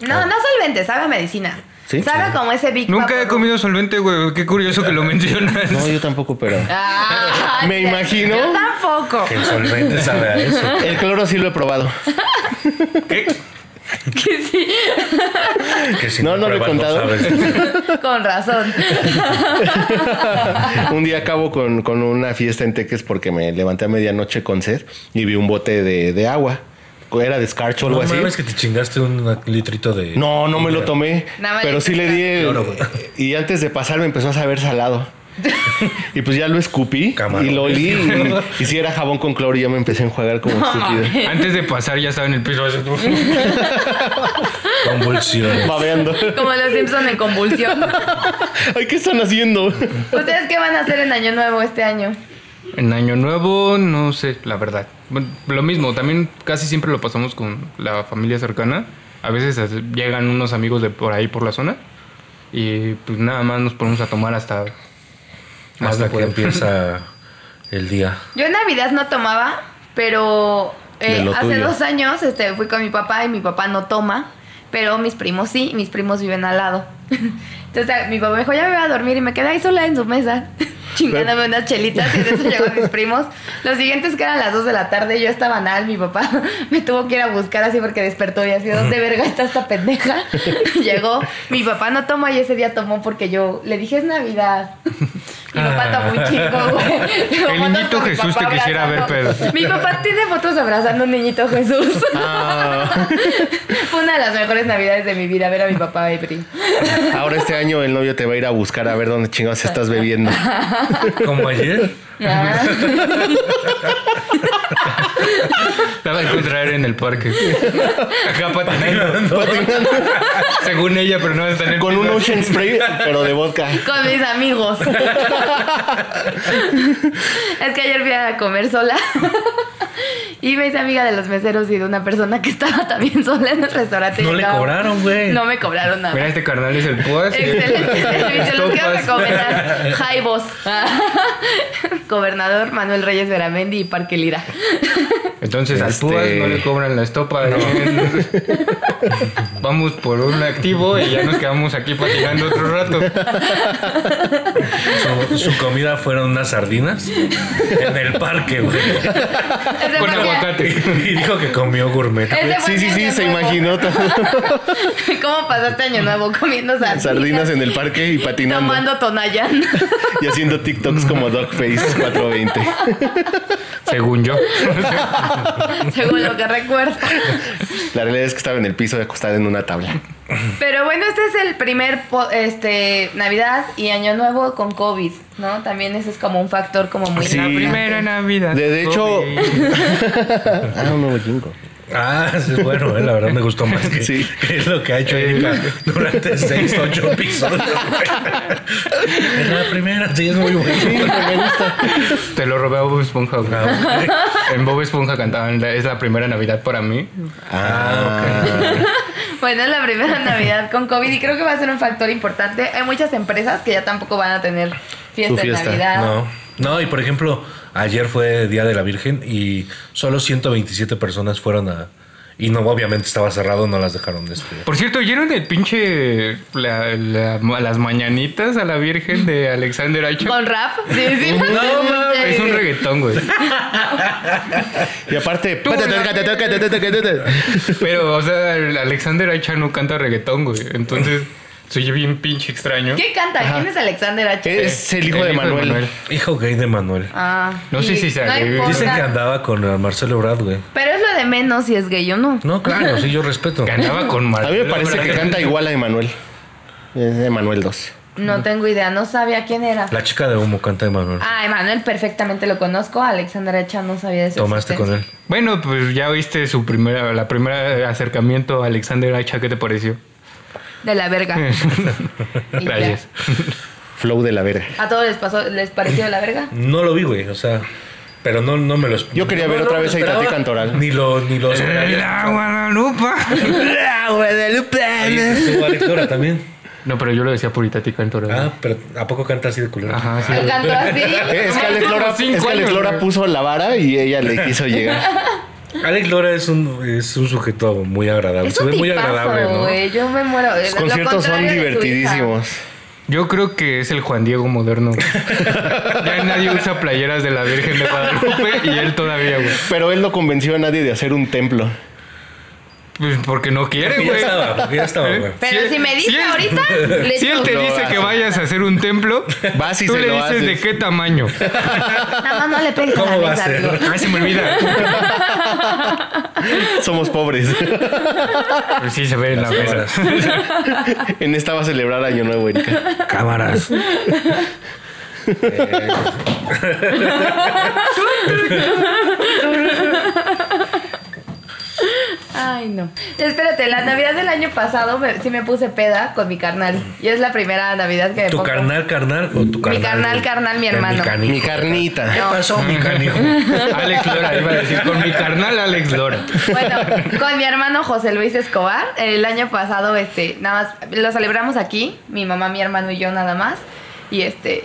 [SPEAKER 5] No, no solvente, sabe a medicina.
[SPEAKER 6] Ah. Sí.
[SPEAKER 5] Sabe
[SPEAKER 6] Sí.
[SPEAKER 5] como ese Big
[SPEAKER 3] Nunca he
[SPEAKER 5] Papo.
[SPEAKER 3] comido solvente, güey. Qué curioso que lo mencionas.
[SPEAKER 6] No, yo tampoco, pero.
[SPEAKER 5] Ah,
[SPEAKER 6] Me imagino.
[SPEAKER 5] Yo tampoco.
[SPEAKER 4] Que el solvente sabe a eso.
[SPEAKER 6] El cloro sí lo he probado.
[SPEAKER 3] ¿Qué?
[SPEAKER 5] Que sí,
[SPEAKER 4] Que si
[SPEAKER 6] No, no lo he
[SPEAKER 4] pruebas,
[SPEAKER 6] contado.
[SPEAKER 4] sabes.
[SPEAKER 5] con razón.
[SPEAKER 6] Un día acabo con, con una fiesta en Teques porque me levanté a medianoche con sed y vi un bote de, de agua. Era de escarcho o
[SPEAKER 4] No
[SPEAKER 6] algo así.
[SPEAKER 4] mames que te chingaste un litrito de...
[SPEAKER 6] No, no me lo tomé.
[SPEAKER 5] Nada más
[SPEAKER 6] Pero
[SPEAKER 5] le
[SPEAKER 6] sí le di. el-
[SPEAKER 4] Claro, güey.
[SPEAKER 6] y antes de pasar me empezó a saber salado. y pues ya lo escupí
[SPEAKER 4] Camarón.
[SPEAKER 6] y lo olí. Y, y sí era jabón con cloro y ya me empecé a enjuagar como estúpido.
[SPEAKER 3] Antes de pasar ya estaba en el piso.
[SPEAKER 4] Convulsiones.
[SPEAKER 6] Babeando.
[SPEAKER 5] Como los Simpson en convulsión.
[SPEAKER 6] Ay, ¿qué están haciendo?
[SPEAKER 5] ¿Ustedes qué van a hacer en Año Nuevo este año?
[SPEAKER 3] En Año Nuevo, no sé, la verdad. Bueno, Lo mismo, también casi siempre lo pasamos con la familia cercana. A veces as- llegan unos amigos de por ahí, por la zona. Y pues nada más nos ponemos a tomar hasta... más no
[SPEAKER 4] Hasta que
[SPEAKER 3] poder.
[SPEAKER 4] empieza el día.
[SPEAKER 5] Yo en Navidad no tomaba, pero eh,
[SPEAKER 6] De lo
[SPEAKER 5] hace
[SPEAKER 6] tuyo.
[SPEAKER 5] dos años este, fui con mi papá y mi papá no toma, pero mis primos sí, mis primos viven al lado. Entonces a- mi papá me dijo, ya me voy a dormir y me quedé ahí sola en su mesa, chingándome unas chelitas y de eso llegaron mis primos. Los siguientes que eran las 2 de la tarde, yo estaba anal, mi papá me tuvo que ir a buscar así porque despertó y así, ¿dónde verga está esta pendeja? Llegó, mi papá no toma y ese día tomó porque yo le dije, es Navidad. Mi papá está muy chico, güey. Tengo
[SPEAKER 3] El
[SPEAKER 5] fotos
[SPEAKER 3] niñito
[SPEAKER 5] con mi
[SPEAKER 3] Jesús
[SPEAKER 5] papá
[SPEAKER 3] te quisiera
[SPEAKER 5] abrazando.
[SPEAKER 3] ver, Pedro.
[SPEAKER 5] Mi papá tiene fotos abrazando a un niñito Jesús.
[SPEAKER 6] Ah,
[SPEAKER 5] Fue una de las mejores navidades de mi vida ver a mi papá y Pri.
[SPEAKER 6] ahora este año el novio te va a ir a buscar a ver dónde chingados estás bebiendo.
[SPEAKER 4] Como ayer.
[SPEAKER 5] Ah,
[SPEAKER 3] Estaba a encontrar en el parque. Acá patinando.
[SPEAKER 6] Patinando
[SPEAKER 3] Según ella, pero no está en el
[SPEAKER 6] Con un
[SPEAKER 3] piso.
[SPEAKER 6] ocean spray, pero de vodka.
[SPEAKER 5] Con mis amigos. es que ayer fui a comer sola. Y me hice amiga de los meseros y de una persona que estaba también sola en el restaurante.
[SPEAKER 4] No le
[SPEAKER 5] Llegaba-
[SPEAKER 4] cobraron, güey.
[SPEAKER 5] No me cobraron nada.
[SPEAKER 3] Mira, este carnal es el púas.
[SPEAKER 5] Excelente servicio, los quiero
[SPEAKER 3] Topas.
[SPEAKER 5] recomendar. Jaibos. Gobernador Manuel Reyes Veramendi y Parque Lira.
[SPEAKER 3] Entonces al
[SPEAKER 6] Este-
[SPEAKER 3] púas no le cobran la estopa. ¿eh? Vamos por un activo y ya nos quedamos aquí patinando otro rato.
[SPEAKER 4] Su, su comida fueron unas sardinas en el parque, güey.
[SPEAKER 5] Ese
[SPEAKER 3] Con
[SPEAKER 5] parque-
[SPEAKER 3] aguacate.
[SPEAKER 4] Y dijo que comió gourmet.
[SPEAKER 5] ese
[SPEAKER 6] Sí,
[SPEAKER 5] parque
[SPEAKER 6] sí, sí,
[SPEAKER 5] Año
[SPEAKER 6] se
[SPEAKER 5] Nuevo.
[SPEAKER 6] imaginó todo.
[SPEAKER 5] ¿Cómo pasaste año nuevo comiendo sardinas?
[SPEAKER 6] sardinas en el parque y patinando.
[SPEAKER 5] Tomando Tonayán.
[SPEAKER 6] Y haciendo TikToks como Dogface 420.
[SPEAKER 3] Según yo.
[SPEAKER 5] según lo que recuerdo.
[SPEAKER 6] La realidad es que estaba en el piso acostada en una tabla.
[SPEAKER 5] Pero bueno, este es el primer po- este Navidad y Año Nuevo con COVID, ¿no? También ese es como un factor como muy
[SPEAKER 6] Sí.
[SPEAKER 3] La primera Navidad.
[SPEAKER 6] De, de hecho-
[SPEAKER 3] Kobe.
[SPEAKER 6] Ah, un nuevo jingo.
[SPEAKER 4] Ah, sí, bueno, eh, la verdad me gustó más que,
[SPEAKER 6] Sí. Eh.
[SPEAKER 4] que es lo que ha hecho Erika durante seis, ocho episodios. güey. Es la primera, sí, es muy bueno.
[SPEAKER 3] Te lo robé a Bob Esponja. güey.
[SPEAKER 4] Ah,
[SPEAKER 3] En Bob Esponja cantaban, "La- es la primera Navidad para mí.
[SPEAKER 6] Ah,
[SPEAKER 5] Bueno, es la primera Navidad con COVID y creo que va a ser un factor importante. Hay muchas empresas que ya tampoco van a tener fiesta,
[SPEAKER 6] Su fiesta,
[SPEAKER 5] en Navidad.
[SPEAKER 4] No, no, y por ejemplo, ayer fue Día de la Virgen y solo 127 personas fueron a... Y no, obviamente estaba cerrado, no las dejaron de este...
[SPEAKER 3] Por cierto, ¿oyeron el pinche la- la- las mañanitas a la Virgen de Alexander Aicha?
[SPEAKER 5] Con rap. Sí, sí.
[SPEAKER 3] No, mames, es un reggaetón, güey.
[SPEAKER 6] Y aparte.
[SPEAKER 3] Pero, o sea, el Alexander Aicha no canta reggaetón, güey. Entonces, soy bien pinche extraño.
[SPEAKER 5] ¿Qué canta? ¿Quién es Alexander
[SPEAKER 3] Eh,
[SPEAKER 5] H?
[SPEAKER 6] Es el hijo de Manuel.
[SPEAKER 4] Hijo gay de Manuel.
[SPEAKER 5] Ah,
[SPEAKER 3] No sé
[SPEAKER 5] y
[SPEAKER 3] si se agregó.
[SPEAKER 5] importa.
[SPEAKER 4] Dicen que andaba con eh, Marcelo Brad, güey.
[SPEAKER 5] Pero es lo de menos si es gay o no.
[SPEAKER 4] No, claro, sí, yo respeto.
[SPEAKER 3] Ganaba con
[SPEAKER 6] A
[SPEAKER 3] Manuel.
[SPEAKER 6] mí me parece que canta igual a Emanuel. Es Emanuel 2.
[SPEAKER 5] No tengo idea, no sabía quién era.
[SPEAKER 4] La chica de humo canta de Manuel.
[SPEAKER 5] Ah, Emanuel perfectamente lo conozco. Alexander Echa no sabía de eso.
[SPEAKER 4] Tomaste con él.
[SPEAKER 3] Bueno, pues ya viste su primera, la primera acercamiento a Alexander Aicha, ¿qué te pareció?
[SPEAKER 5] De la verga. Y ya.
[SPEAKER 3] Gracias.
[SPEAKER 6] Flow de la verga.
[SPEAKER 5] ¿A todos les pasó, les pareció de la verga?
[SPEAKER 4] No lo vi, güey, o sea, pero no, no me lo esp-
[SPEAKER 6] Yo quería
[SPEAKER 4] no,
[SPEAKER 6] ver
[SPEAKER 4] no
[SPEAKER 6] otra
[SPEAKER 4] me
[SPEAKER 6] vez
[SPEAKER 4] lo
[SPEAKER 6] a Itatí
[SPEAKER 4] esperaba,
[SPEAKER 6] Cantoral.
[SPEAKER 4] Ni lo, ni lo esperaría.
[SPEAKER 3] Guadalupa.
[SPEAKER 4] Ahí estuvo Alex Lora también.
[SPEAKER 3] No, pero yo lo decía por Itati Cantoral.
[SPEAKER 4] Ah, pero ¿a poco canta así de culero?
[SPEAKER 3] Ajá, sí.
[SPEAKER 5] El cantó así.
[SPEAKER 6] Eh, Es que Alex Lora,
[SPEAKER 3] Como cinco
[SPEAKER 6] es que Alex
[SPEAKER 3] años,
[SPEAKER 6] Lora
[SPEAKER 3] güey.
[SPEAKER 6] puso la vara y ella le quiso llegar.
[SPEAKER 4] Alex Lora es un, es un sujeto muy agradable.
[SPEAKER 5] Es
[SPEAKER 4] Se
[SPEAKER 5] un
[SPEAKER 4] ve muy agradable,
[SPEAKER 5] tipazo,
[SPEAKER 4] ¿no?
[SPEAKER 5] güey. Yo me muero.
[SPEAKER 6] Los
[SPEAKER 5] Lo
[SPEAKER 6] conciertos son
[SPEAKER 5] contrario de su
[SPEAKER 6] divertidísimos.
[SPEAKER 3] Yo creo que es el Juan Diego moderno. güey. ya nadie usa playeras de la Virgen de Guadalupe y él todavía, güey.
[SPEAKER 6] Pero él no convenció a nadie de hacer un templo.
[SPEAKER 3] Pues porque no quiere,
[SPEAKER 4] Porque ya
[SPEAKER 3] güey.
[SPEAKER 4] estaba, porque ya estaba, güey.
[SPEAKER 5] Pero
[SPEAKER 3] Sí,
[SPEAKER 5] si me dice
[SPEAKER 3] sí,
[SPEAKER 5] ahorita, le
[SPEAKER 3] Si él
[SPEAKER 5] echo.
[SPEAKER 3] te
[SPEAKER 6] Lo
[SPEAKER 3] dice que
[SPEAKER 6] hace.
[SPEAKER 3] vayas a hacer un templo,
[SPEAKER 6] Vas y
[SPEAKER 3] tú
[SPEAKER 6] se
[SPEAKER 3] le
[SPEAKER 6] lo
[SPEAKER 3] dices
[SPEAKER 6] haces.
[SPEAKER 3] de qué tamaño.
[SPEAKER 5] Nada más no le pegues a la
[SPEAKER 4] ¿Cómo va a
[SPEAKER 5] mesa,
[SPEAKER 4] ser?
[SPEAKER 5] amigo.
[SPEAKER 3] Ay, se me olvida.
[SPEAKER 6] Somos pobres.
[SPEAKER 3] Pero Pues sí se ve en la mesa.
[SPEAKER 4] Cámaras.
[SPEAKER 6] en esta va a celebrar Año Nuevo, Erika.
[SPEAKER 4] Cámaras.
[SPEAKER 5] Ay, no. Espérate, la Navidad del año pasado me- sí me puse peda con mi carnal. Y es la primera Navidad que me
[SPEAKER 4] ¿Tu
[SPEAKER 5] pongo.
[SPEAKER 4] carnal, carnal o tu carnal?
[SPEAKER 5] carnal,
[SPEAKER 4] güey?
[SPEAKER 5] carnal, mi
[SPEAKER 4] Eh,
[SPEAKER 5] hermano.
[SPEAKER 4] canijo.
[SPEAKER 6] Mi carnita.
[SPEAKER 4] ¿Qué pasó, mi canijo?
[SPEAKER 3] Alex Lora, iba a decir con mi carnal Alex Lora.
[SPEAKER 5] Bueno, con mi hermano José Luis Escobar, el año pasado, este, nada más, lo celebramos aquí, mi mamá, mi hermano y yo nada más. Y este,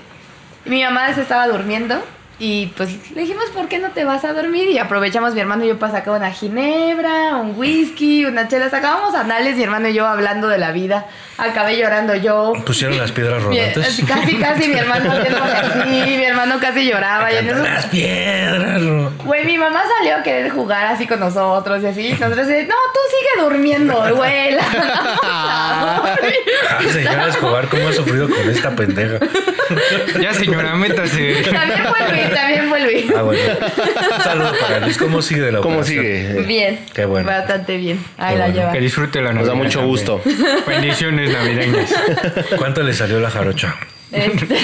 [SPEAKER 5] mi mamá se estaba durmiendo y pues le dijimos, ¿por qué no te vas a dormir? Y aprovechamos mi hermano y yo para sacar una ginebra, un whisky, una chela. Sacábamos anales, mi hermano y yo hablando de la vida. Acabé llorando yo.
[SPEAKER 4] Pusieron las piedras
[SPEAKER 5] Mi-
[SPEAKER 4] rodantes.
[SPEAKER 5] casi, casi mi hermano haciéndole así, mi hermano casi lloraba. Y en eso-
[SPEAKER 4] Las piedras. ro-
[SPEAKER 5] Güey, mi mamá salió a querer jugar así con nosotros y así. Nosotros así, no, tú sigue durmiendo, güey. la- la-
[SPEAKER 4] Ah, señora Escobar, ¿cómo ha sufrido con esta pendeja?
[SPEAKER 3] Ya, señora, métase.
[SPEAKER 5] También fue Luis, también fue Luis.
[SPEAKER 4] Ah, bueno. Un saludo para Luis. ¿Cómo sigue la
[SPEAKER 6] ¿Cómo
[SPEAKER 4] operación?
[SPEAKER 6] sigue?
[SPEAKER 5] Bien.
[SPEAKER 4] Qué bueno.
[SPEAKER 5] Bastante bien. Ahí
[SPEAKER 4] Qué
[SPEAKER 5] la
[SPEAKER 4] bueno.
[SPEAKER 5] lleva.
[SPEAKER 3] Que disfrute la
[SPEAKER 6] Nos
[SPEAKER 3] Navidad.
[SPEAKER 6] da mucho
[SPEAKER 3] también.
[SPEAKER 6] gusto.
[SPEAKER 3] Bendiciones navideñas.
[SPEAKER 4] ¿Cuánto le salió la jarocha?
[SPEAKER 5] Este...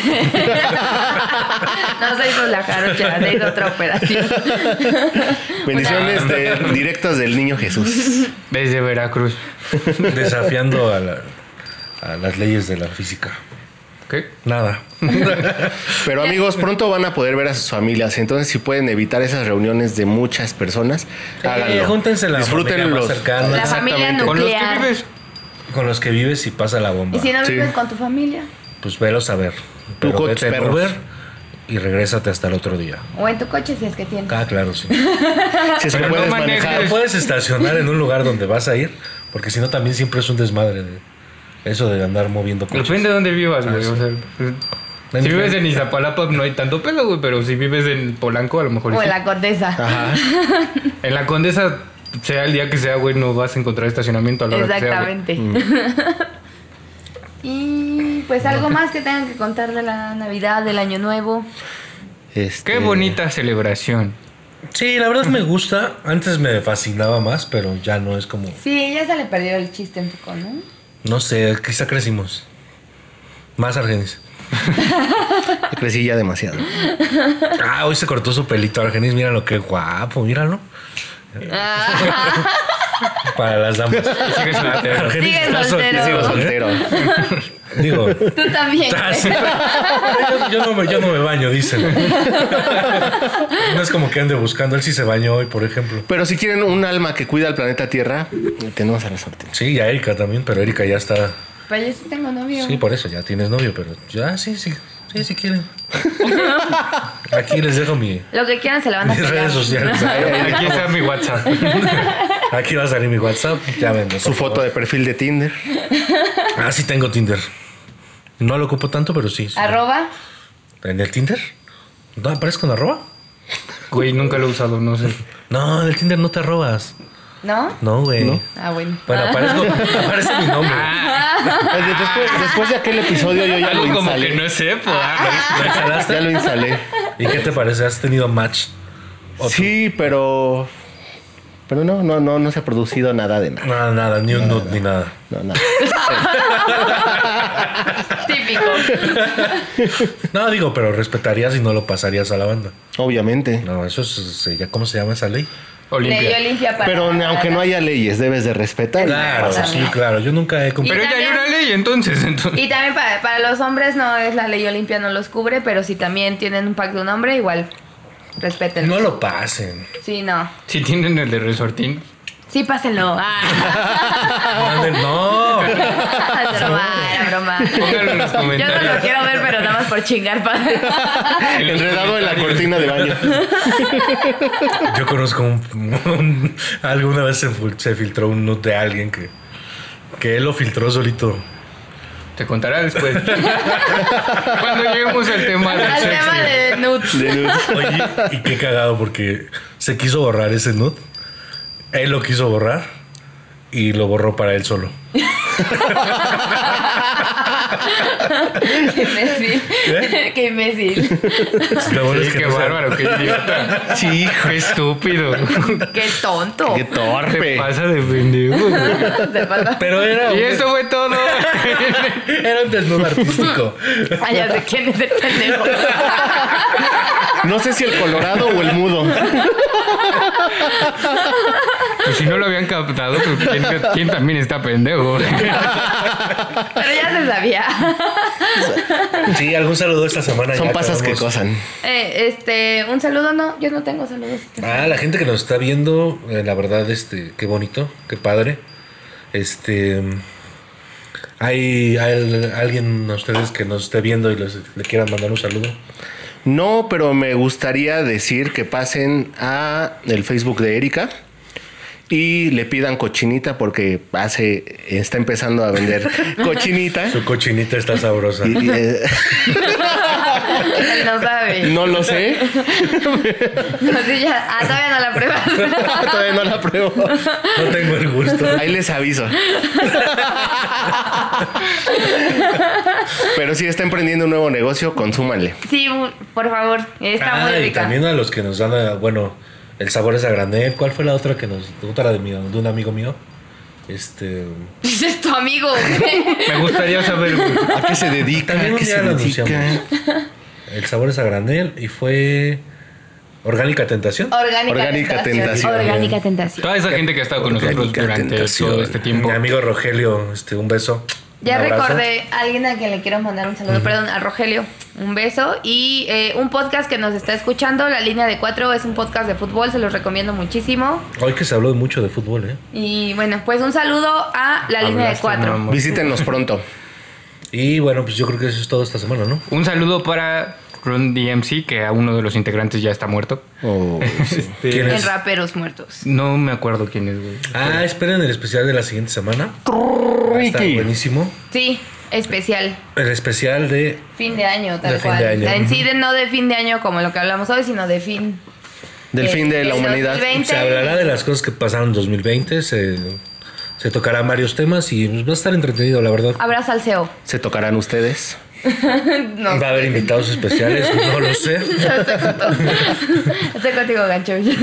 [SPEAKER 5] no se hizo la jarocha, se hizo otra operación.
[SPEAKER 6] Bendiciones de- directas del niño Jesús.
[SPEAKER 3] Desde Veracruz.
[SPEAKER 4] Desafiando a, la- a las leyes de la física.
[SPEAKER 3] ¿Qué?
[SPEAKER 4] Nada.
[SPEAKER 6] Pero amigos, pronto van a poder ver a sus familias. Entonces, si pueden evitar esas reuniones de muchas personas, háganlo.
[SPEAKER 4] Eh, júntense la familia más
[SPEAKER 6] Disfrútenlos.
[SPEAKER 4] cercana.
[SPEAKER 5] La familia
[SPEAKER 6] Exactamente.
[SPEAKER 3] Con los que
[SPEAKER 5] Nuclear.
[SPEAKER 3] vives.
[SPEAKER 4] Con los que vives y pasa la bomba.
[SPEAKER 5] Y si no
[SPEAKER 6] Sí.
[SPEAKER 5] vives con tu familia
[SPEAKER 4] Pues velos a ver. Pero
[SPEAKER 6] con
[SPEAKER 4] vete
[SPEAKER 6] tus
[SPEAKER 4] en
[SPEAKER 6] perros.
[SPEAKER 4] Uber y regrésate hasta el otro día.
[SPEAKER 5] o en tu coche, si es que tienes.
[SPEAKER 4] Ah, claro, sí.
[SPEAKER 6] Si se
[SPEAKER 3] Pero
[SPEAKER 6] puedes
[SPEAKER 3] no manejes.
[SPEAKER 6] manejar.
[SPEAKER 4] No puedes estacionar en un lugar donde vas a ir, porque si no también siempre es un desmadre de eso de andar moviendo coches.
[SPEAKER 3] Depende de dónde vivas, güey.
[SPEAKER 4] Ah, sí.
[SPEAKER 3] o sea,
[SPEAKER 4] No hay
[SPEAKER 3] si vives
[SPEAKER 4] diferencia.
[SPEAKER 3] en Iztapalapa no hay tanto pedo, güey. Pero si vives en Polanco, a lo mejor
[SPEAKER 5] O
[SPEAKER 3] sí.
[SPEAKER 5] en la corteza.
[SPEAKER 4] Ah,
[SPEAKER 6] Ajá.
[SPEAKER 3] En la Condesa, sea el día que sea, güey, no vas a encontrar estacionamiento a la hora que sea, güey.
[SPEAKER 5] Exactamente.
[SPEAKER 4] Mm.
[SPEAKER 5] y pues algo más que tengan que contar de la Navidad, del Año Nuevo.
[SPEAKER 6] Este,
[SPEAKER 3] Qué bonita celebración.
[SPEAKER 4] Sí, la verdad me gusta. Antes me fascinaba más, pero ya no es como.
[SPEAKER 5] Sí, ya se le perdió el chiste un poco, ¿no?
[SPEAKER 4] No sé, quizá crecimos. Más Argenis.
[SPEAKER 6] Este, Crecí ya demasiado.
[SPEAKER 4] Ah, hoy se cortó su pelito Argenis. Mira lo que guapo, míralo. Para las damas.
[SPEAKER 3] Sigues soltero.
[SPEAKER 4] Argenis
[SPEAKER 5] Ah. Sigue
[SPEAKER 4] está sol-
[SPEAKER 5] soltero.
[SPEAKER 4] sigo soltero.
[SPEAKER 6] Soltero.
[SPEAKER 4] Digo,
[SPEAKER 5] Tú también.
[SPEAKER 4] Ah,
[SPEAKER 5] güey.
[SPEAKER 4] sí. yo, yo no me, yo no me baño, dicen. No es como que ande buscando. Él sí se bañó hoy, por ejemplo.
[SPEAKER 6] Pero si quieren un alma que cuida al planeta Tierra, tenemos a la suerte.
[SPEAKER 4] Sí, y a Erika también, pero Erika ya está.
[SPEAKER 5] Pero yo sí tengo novio.
[SPEAKER 4] Sí, por eso ya tienes novio, pero ya sí, sí, sí, sí quieren. Aquí les dejo mi,
[SPEAKER 5] Lo que quieran se la van a
[SPEAKER 4] mis
[SPEAKER 5] pegar.
[SPEAKER 4] redes sociales.
[SPEAKER 3] Aquí está mi WhatsApp.
[SPEAKER 4] Aquí va a salir mi WhatsApp. Ya ven. por
[SPEAKER 6] Su
[SPEAKER 4] favor.
[SPEAKER 6] foto de perfil de Tinder.
[SPEAKER 4] Ah, sí tengo Tinder. No lo ocupo tanto, pero sí. sí.
[SPEAKER 5] Arroba.
[SPEAKER 4] ¿En el Tinder? ¿No aparezco con arroba?
[SPEAKER 3] Güey, nunca lo he usado, no sé.
[SPEAKER 4] No, en el Tinder no te arrobas.
[SPEAKER 5] ¿No?
[SPEAKER 4] No, güey.
[SPEAKER 5] Ah, bueno.
[SPEAKER 4] Bueno, aparezco, aparece mi nombre.
[SPEAKER 6] Después, después de aquel episodio yo ya lo
[SPEAKER 3] Algo como que
[SPEAKER 6] instalé.
[SPEAKER 3] no sepo. ah,
[SPEAKER 4] ¿Lo instalaste?
[SPEAKER 6] Ya lo instalé.
[SPEAKER 4] ¿Y qué te parece? ¿Has tenido match? ¿O
[SPEAKER 6] Sí, pero. Pero no, no, no, no se ha producido nada de nada.
[SPEAKER 4] Nada, nada, ni un nude, ni nada.
[SPEAKER 6] No, nada.
[SPEAKER 5] Típico.
[SPEAKER 4] No, digo, pero respetarías y no lo pasarías a la banda.
[SPEAKER 6] Obviamente.
[SPEAKER 4] No, eso es, es- ya, ¿cómo se llama esa ley?
[SPEAKER 5] Le dio
[SPEAKER 3] Olimpia.
[SPEAKER 5] ah. limpia para.
[SPEAKER 6] Pero ni- aunque no haya leyes, debes de respetar.
[SPEAKER 4] Claro, sí, claro. Yo nunca he
[SPEAKER 3] Pero
[SPEAKER 4] comprado.
[SPEAKER 3] ya hay una ley, entonces. entonces.
[SPEAKER 5] Y también para, para los hombres no es la ley Olimpia, no los cubre, pero si también tienen un pack de un hombre, igual respétenlo.
[SPEAKER 4] No lo pasen.
[SPEAKER 5] Sí, no.
[SPEAKER 3] Si tienen el de resortín.
[SPEAKER 5] Sí, pásenlo. Ah.
[SPEAKER 4] Manden- No.
[SPEAKER 5] Es broma, era broma.
[SPEAKER 3] Pónganlo en los
[SPEAKER 5] Yo no
[SPEAKER 3] comentarios.
[SPEAKER 5] lo quiero ver, pero nada más por chingar. pa-
[SPEAKER 6] Enredado en la cortina de baño.
[SPEAKER 4] Yo conozco un, un- alguna vez se, fil- se filtró un nude de alguien que, que él lo filtró solito.
[SPEAKER 3] Te contará después. Cuando lleguemos al tema del
[SPEAKER 5] Al
[SPEAKER 3] sexo.
[SPEAKER 5] tema de nudes.
[SPEAKER 6] De luz.
[SPEAKER 4] Oye, y qué cagado porque se quiso borrar ese nude. Él lo quiso borrar y lo borró para él solo.
[SPEAKER 5] Qué imbécil.
[SPEAKER 6] ¿Eh?
[SPEAKER 5] Qué imbécil.
[SPEAKER 4] Lo bueno
[SPEAKER 3] Sí,
[SPEAKER 4] es que
[SPEAKER 3] qué
[SPEAKER 4] no se-
[SPEAKER 3] bárbaro, qué idiota. Sí, hijo, estúpido.
[SPEAKER 5] Qué tonto.
[SPEAKER 6] Oh, Qué
[SPEAKER 3] Te
[SPEAKER 6] torpe.
[SPEAKER 3] pasa de pendejo, güey.
[SPEAKER 5] Se pasa.
[SPEAKER 4] Pero era,
[SPEAKER 3] Y esto fue todo.
[SPEAKER 4] era un desnudo artístico.
[SPEAKER 5] Ay, ya sé quién es el pendejo.
[SPEAKER 6] No sé si el colorado o el mudo.
[SPEAKER 3] Pues si no lo habían captado, pues ¿quién, quién también está pendejo?
[SPEAKER 5] Pero ya se sabía.
[SPEAKER 4] Sí, algún saludo esta semana.
[SPEAKER 6] Son
[SPEAKER 4] ya
[SPEAKER 6] pasas que
[SPEAKER 4] acabamos.
[SPEAKER 6] cosan.
[SPEAKER 5] Eh, este, un saludo, no, yo no tengo saludos.
[SPEAKER 4] Ah, la gente que nos está viendo, eh, la verdad, este, qué bonito, qué padre. Este, mm, hay, hay alguien de ustedes que nos esté viendo y les- le quieran mandar un saludo.
[SPEAKER 6] No, pero me gustaría decir que pasen a el Facebook de Erika y le pidan cochinita porque hace está empezando a vender cochinita.
[SPEAKER 4] Su cochinita está sabrosa.
[SPEAKER 6] Y, eh,
[SPEAKER 5] Él no sabe.
[SPEAKER 6] no lo sé,
[SPEAKER 5] Así ya, ah, todavía no la pruebas.
[SPEAKER 6] todavía no la pruebo.
[SPEAKER 4] No tengo el gusto.
[SPEAKER 6] Ahí les aviso. Pero si está emprendiendo un nuevo negocio, consúmanle.
[SPEAKER 5] Sí, bu- por favor, está muy
[SPEAKER 4] Ah, y
[SPEAKER 5] rica.
[SPEAKER 4] también a los que nos dan, a- bueno, el sabor es a granel. ¿Cuál fue la otra que nos, otra de, mi- de un amigo mío? Este,
[SPEAKER 5] Es tu amigo. güey.
[SPEAKER 3] Me gustaría saber, güey.
[SPEAKER 6] ¿A qué se dedica?
[SPEAKER 4] También
[SPEAKER 6] ¿A
[SPEAKER 4] un
[SPEAKER 6] qué
[SPEAKER 4] día
[SPEAKER 6] se
[SPEAKER 4] lo
[SPEAKER 6] dedica?
[SPEAKER 4] anunciamos. el sabor es a granel y fue orgánica tentación.
[SPEAKER 5] Orgánica,
[SPEAKER 6] Orgánica tentación.
[SPEAKER 5] Orgánica tentación.
[SPEAKER 3] Toda esa gente que ha estado con nosotros
[SPEAKER 6] Orgánica
[SPEAKER 3] durante
[SPEAKER 6] tentación.
[SPEAKER 3] todo este tiempo.
[SPEAKER 4] Mi amigo Rogelio, este, un beso.
[SPEAKER 5] Ya
[SPEAKER 4] un abrazo.
[SPEAKER 5] recordé a alguien a quien le quiero mandar un saludo, perdón, a Rogelio, un beso. Y eh, un podcast que nos está escuchando, La Línea de Cuatro, es un podcast de fútbol, se los recomiendo muchísimo.
[SPEAKER 4] Hoy que se habló mucho de fútbol, ¿eh?
[SPEAKER 5] Y bueno, pues un saludo a La Línea de
[SPEAKER 3] Hablaste,
[SPEAKER 5] Cuatro.
[SPEAKER 3] mamá.
[SPEAKER 6] Visítenos pronto.
[SPEAKER 4] Y bueno, pues yo creo que eso es todo esta semana, ¿no?
[SPEAKER 3] Un saludo para Ron DMC, que a uno de los integrantes ya está muerto.
[SPEAKER 6] Oh, sí.
[SPEAKER 3] Este,
[SPEAKER 4] ¿Quién
[SPEAKER 5] En
[SPEAKER 4] es?
[SPEAKER 5] Raperos Muertos.
[SPEAKER 3] No me acuerdo quién es, güey.
[SPEAKER 4] Ah, esperen el especial de la siguiente semana. Va a estar buenísimo.
[SPEAKER 5] Sí, especial.
[SPEAKER 4] El especial de...
[SPEAKER 5] Fin de año, tal
[SPEAKER 4] De fin
[SPEAKER 5] cual.
[SPEAKER 4] de año.
[SPEAKER 5] En sí, de- no de fin de año como lo que hablamos hoy, sino de fin.
[SPEAKER 6] Del fin de la
[SPEAKER 5] El
[SPEAKER 6] humanidad.
[SPEAKER 5] 2020.
[SPEAKER 4] Se hablará de las cosas que pasaron en 2020. Se, se tocarán varios temas y pues, va a estar entretenido, la verdad.
[SPEAKER 5] Habrá salseo.
[SPEAKER 6] ¿Se tocarán ustedes?
[SPEAKER 5] No.
[SPEAKER 4] Va a haber invitados especiales, no lo sé.
[SPEAKER 5] Estoy contigo, gancho.
[SPEAKER 4] Yo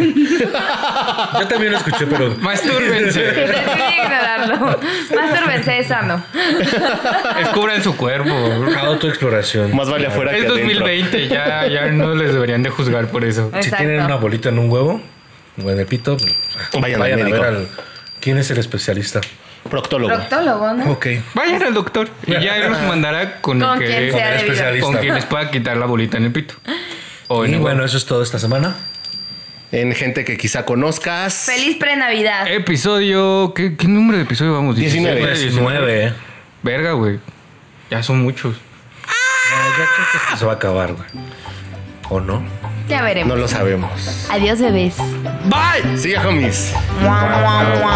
[SPEAKER 4] también lo escuché, pero...
[SPEAKER 3] Mastúrbense.
[SPEAKER 5] Decidí ignorarlo. Mastúrbense, es sano.
[SPEAKER 3] Descubran su cuerpo.
[SPEAKER 4] Autoexploración.
[SPEAKER 6] Más vale afuera que
[SPEAKER 3] Es
[SPEAKER 6] adentro.
[SPEAKER 3] 2020, ya, ya no les deberían de juzgar por eso.
[SPEAKER 4] Si
[SPEAKER 5] Exacto.
[SPEAKER 4] tienen una bolita en un huevo o en el pito, pues,
[SPEAKER 6] Vayan
[SPEAKER 4] a
[SPEAKER 6] al
[SPEAKER 4] ver
[SPEAKER 6] médico.
[SPEAKER 4] al- quién es el especialista.
[SPEAKER 6] Proctólogo.
[SPEAKER 5] Proctólogo, ¿no?
[SPEAKER 4] Ok.
[SPEAKER 3] Vayan al doctor y ya él los mandará con,
[SPEAKER 5] Con
[SPEAKER 3] el
[SPEAKER 5] quien sea
[SPEAKER 4] el
[SPEAKER 5] debido.
[SPEAKER 4] especialista.
[SPEAKER 3] con quien les pueda quitar la bolita en el pito. O en
[SPEAKER 4] Y
[SPEAKER 3] el
[SPEAKER 4] bueno, eso es todo esta semana.
[SPEAKER 6] En gente que quizá conozcas.
[SPEAKER 5] Feliz pre-Navidad.
[SPEAKER 6] Eh,
[SPEAKER 3] Episodio. ¿qué, qué número de episodio vamos?
[SPEAKER 6] 19.
[SPEAKER 4] 19. ¿eh?
[SPEAKER 3] Verga, güey. Ya son muchos.
[SPEAKER 4] Ya, ya creo que esto se va a acabar, güey. ¿O no?
[SPEAKER 5] Ya veremos.
[SPEAKER 6] No lo sabemos.
[SPEAKER 5] Adiós, bebés.
[SPEAKER 6] Bye. Sigue, homies.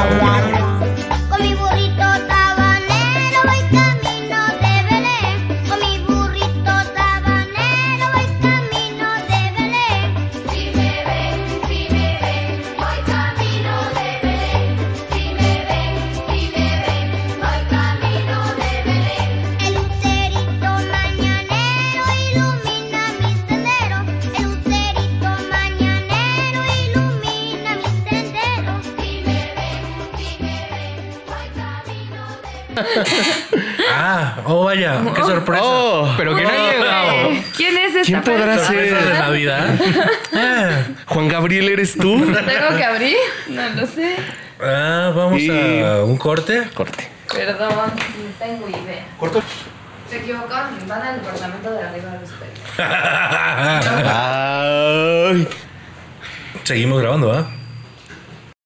[SPEAKER 7] Con mi burrito sabanero voy camino de Belén. Con mi burrito sabanero voy camino de Belén. Si me ven, si me ven, voy camino de Belén. Si me ven, si me ven, voy camino de Belén. El lucerito mañanero ilumina mi sendero. El lucerito mañanero ilumina mi sendero. Si me ven, si me ven, voy camino de Belén.
[SPEAKER 4] Ah, oh vaya, qué sorpresa.
[SPEAKER 6] Oh,
[SPEAKER 3] Pero que no ha llegado.
[SPEAKER 5] Eh, ¿Quién es esta
[SPEAKER 6] ¿Quién podrá
[SPEAKER 5] persona?
[SPEAKER 4] Sorpresa de
[SPEAKER 6] ser?
[SPEAKER 4] Navidad. Ah,
[SPEAKER 6] Juan Gabriel, ¿eres tú?
[SPEAKER 5] ¿Tengo que abrir? No lo sé.
[SPEAKER 4] ah, vamos
[SPEAKER 6] Y-
[SPEAKER 4] a un corte.
[SPEAKER 6] Corte.
[SPEAKER 5] Perdón, no tengo idea. Se equivocaron, van al departamento de arriba de los perros.
[SPEAKER 6] Ay.
[SPEAKER 4] Seguimos grabando, ¿ah?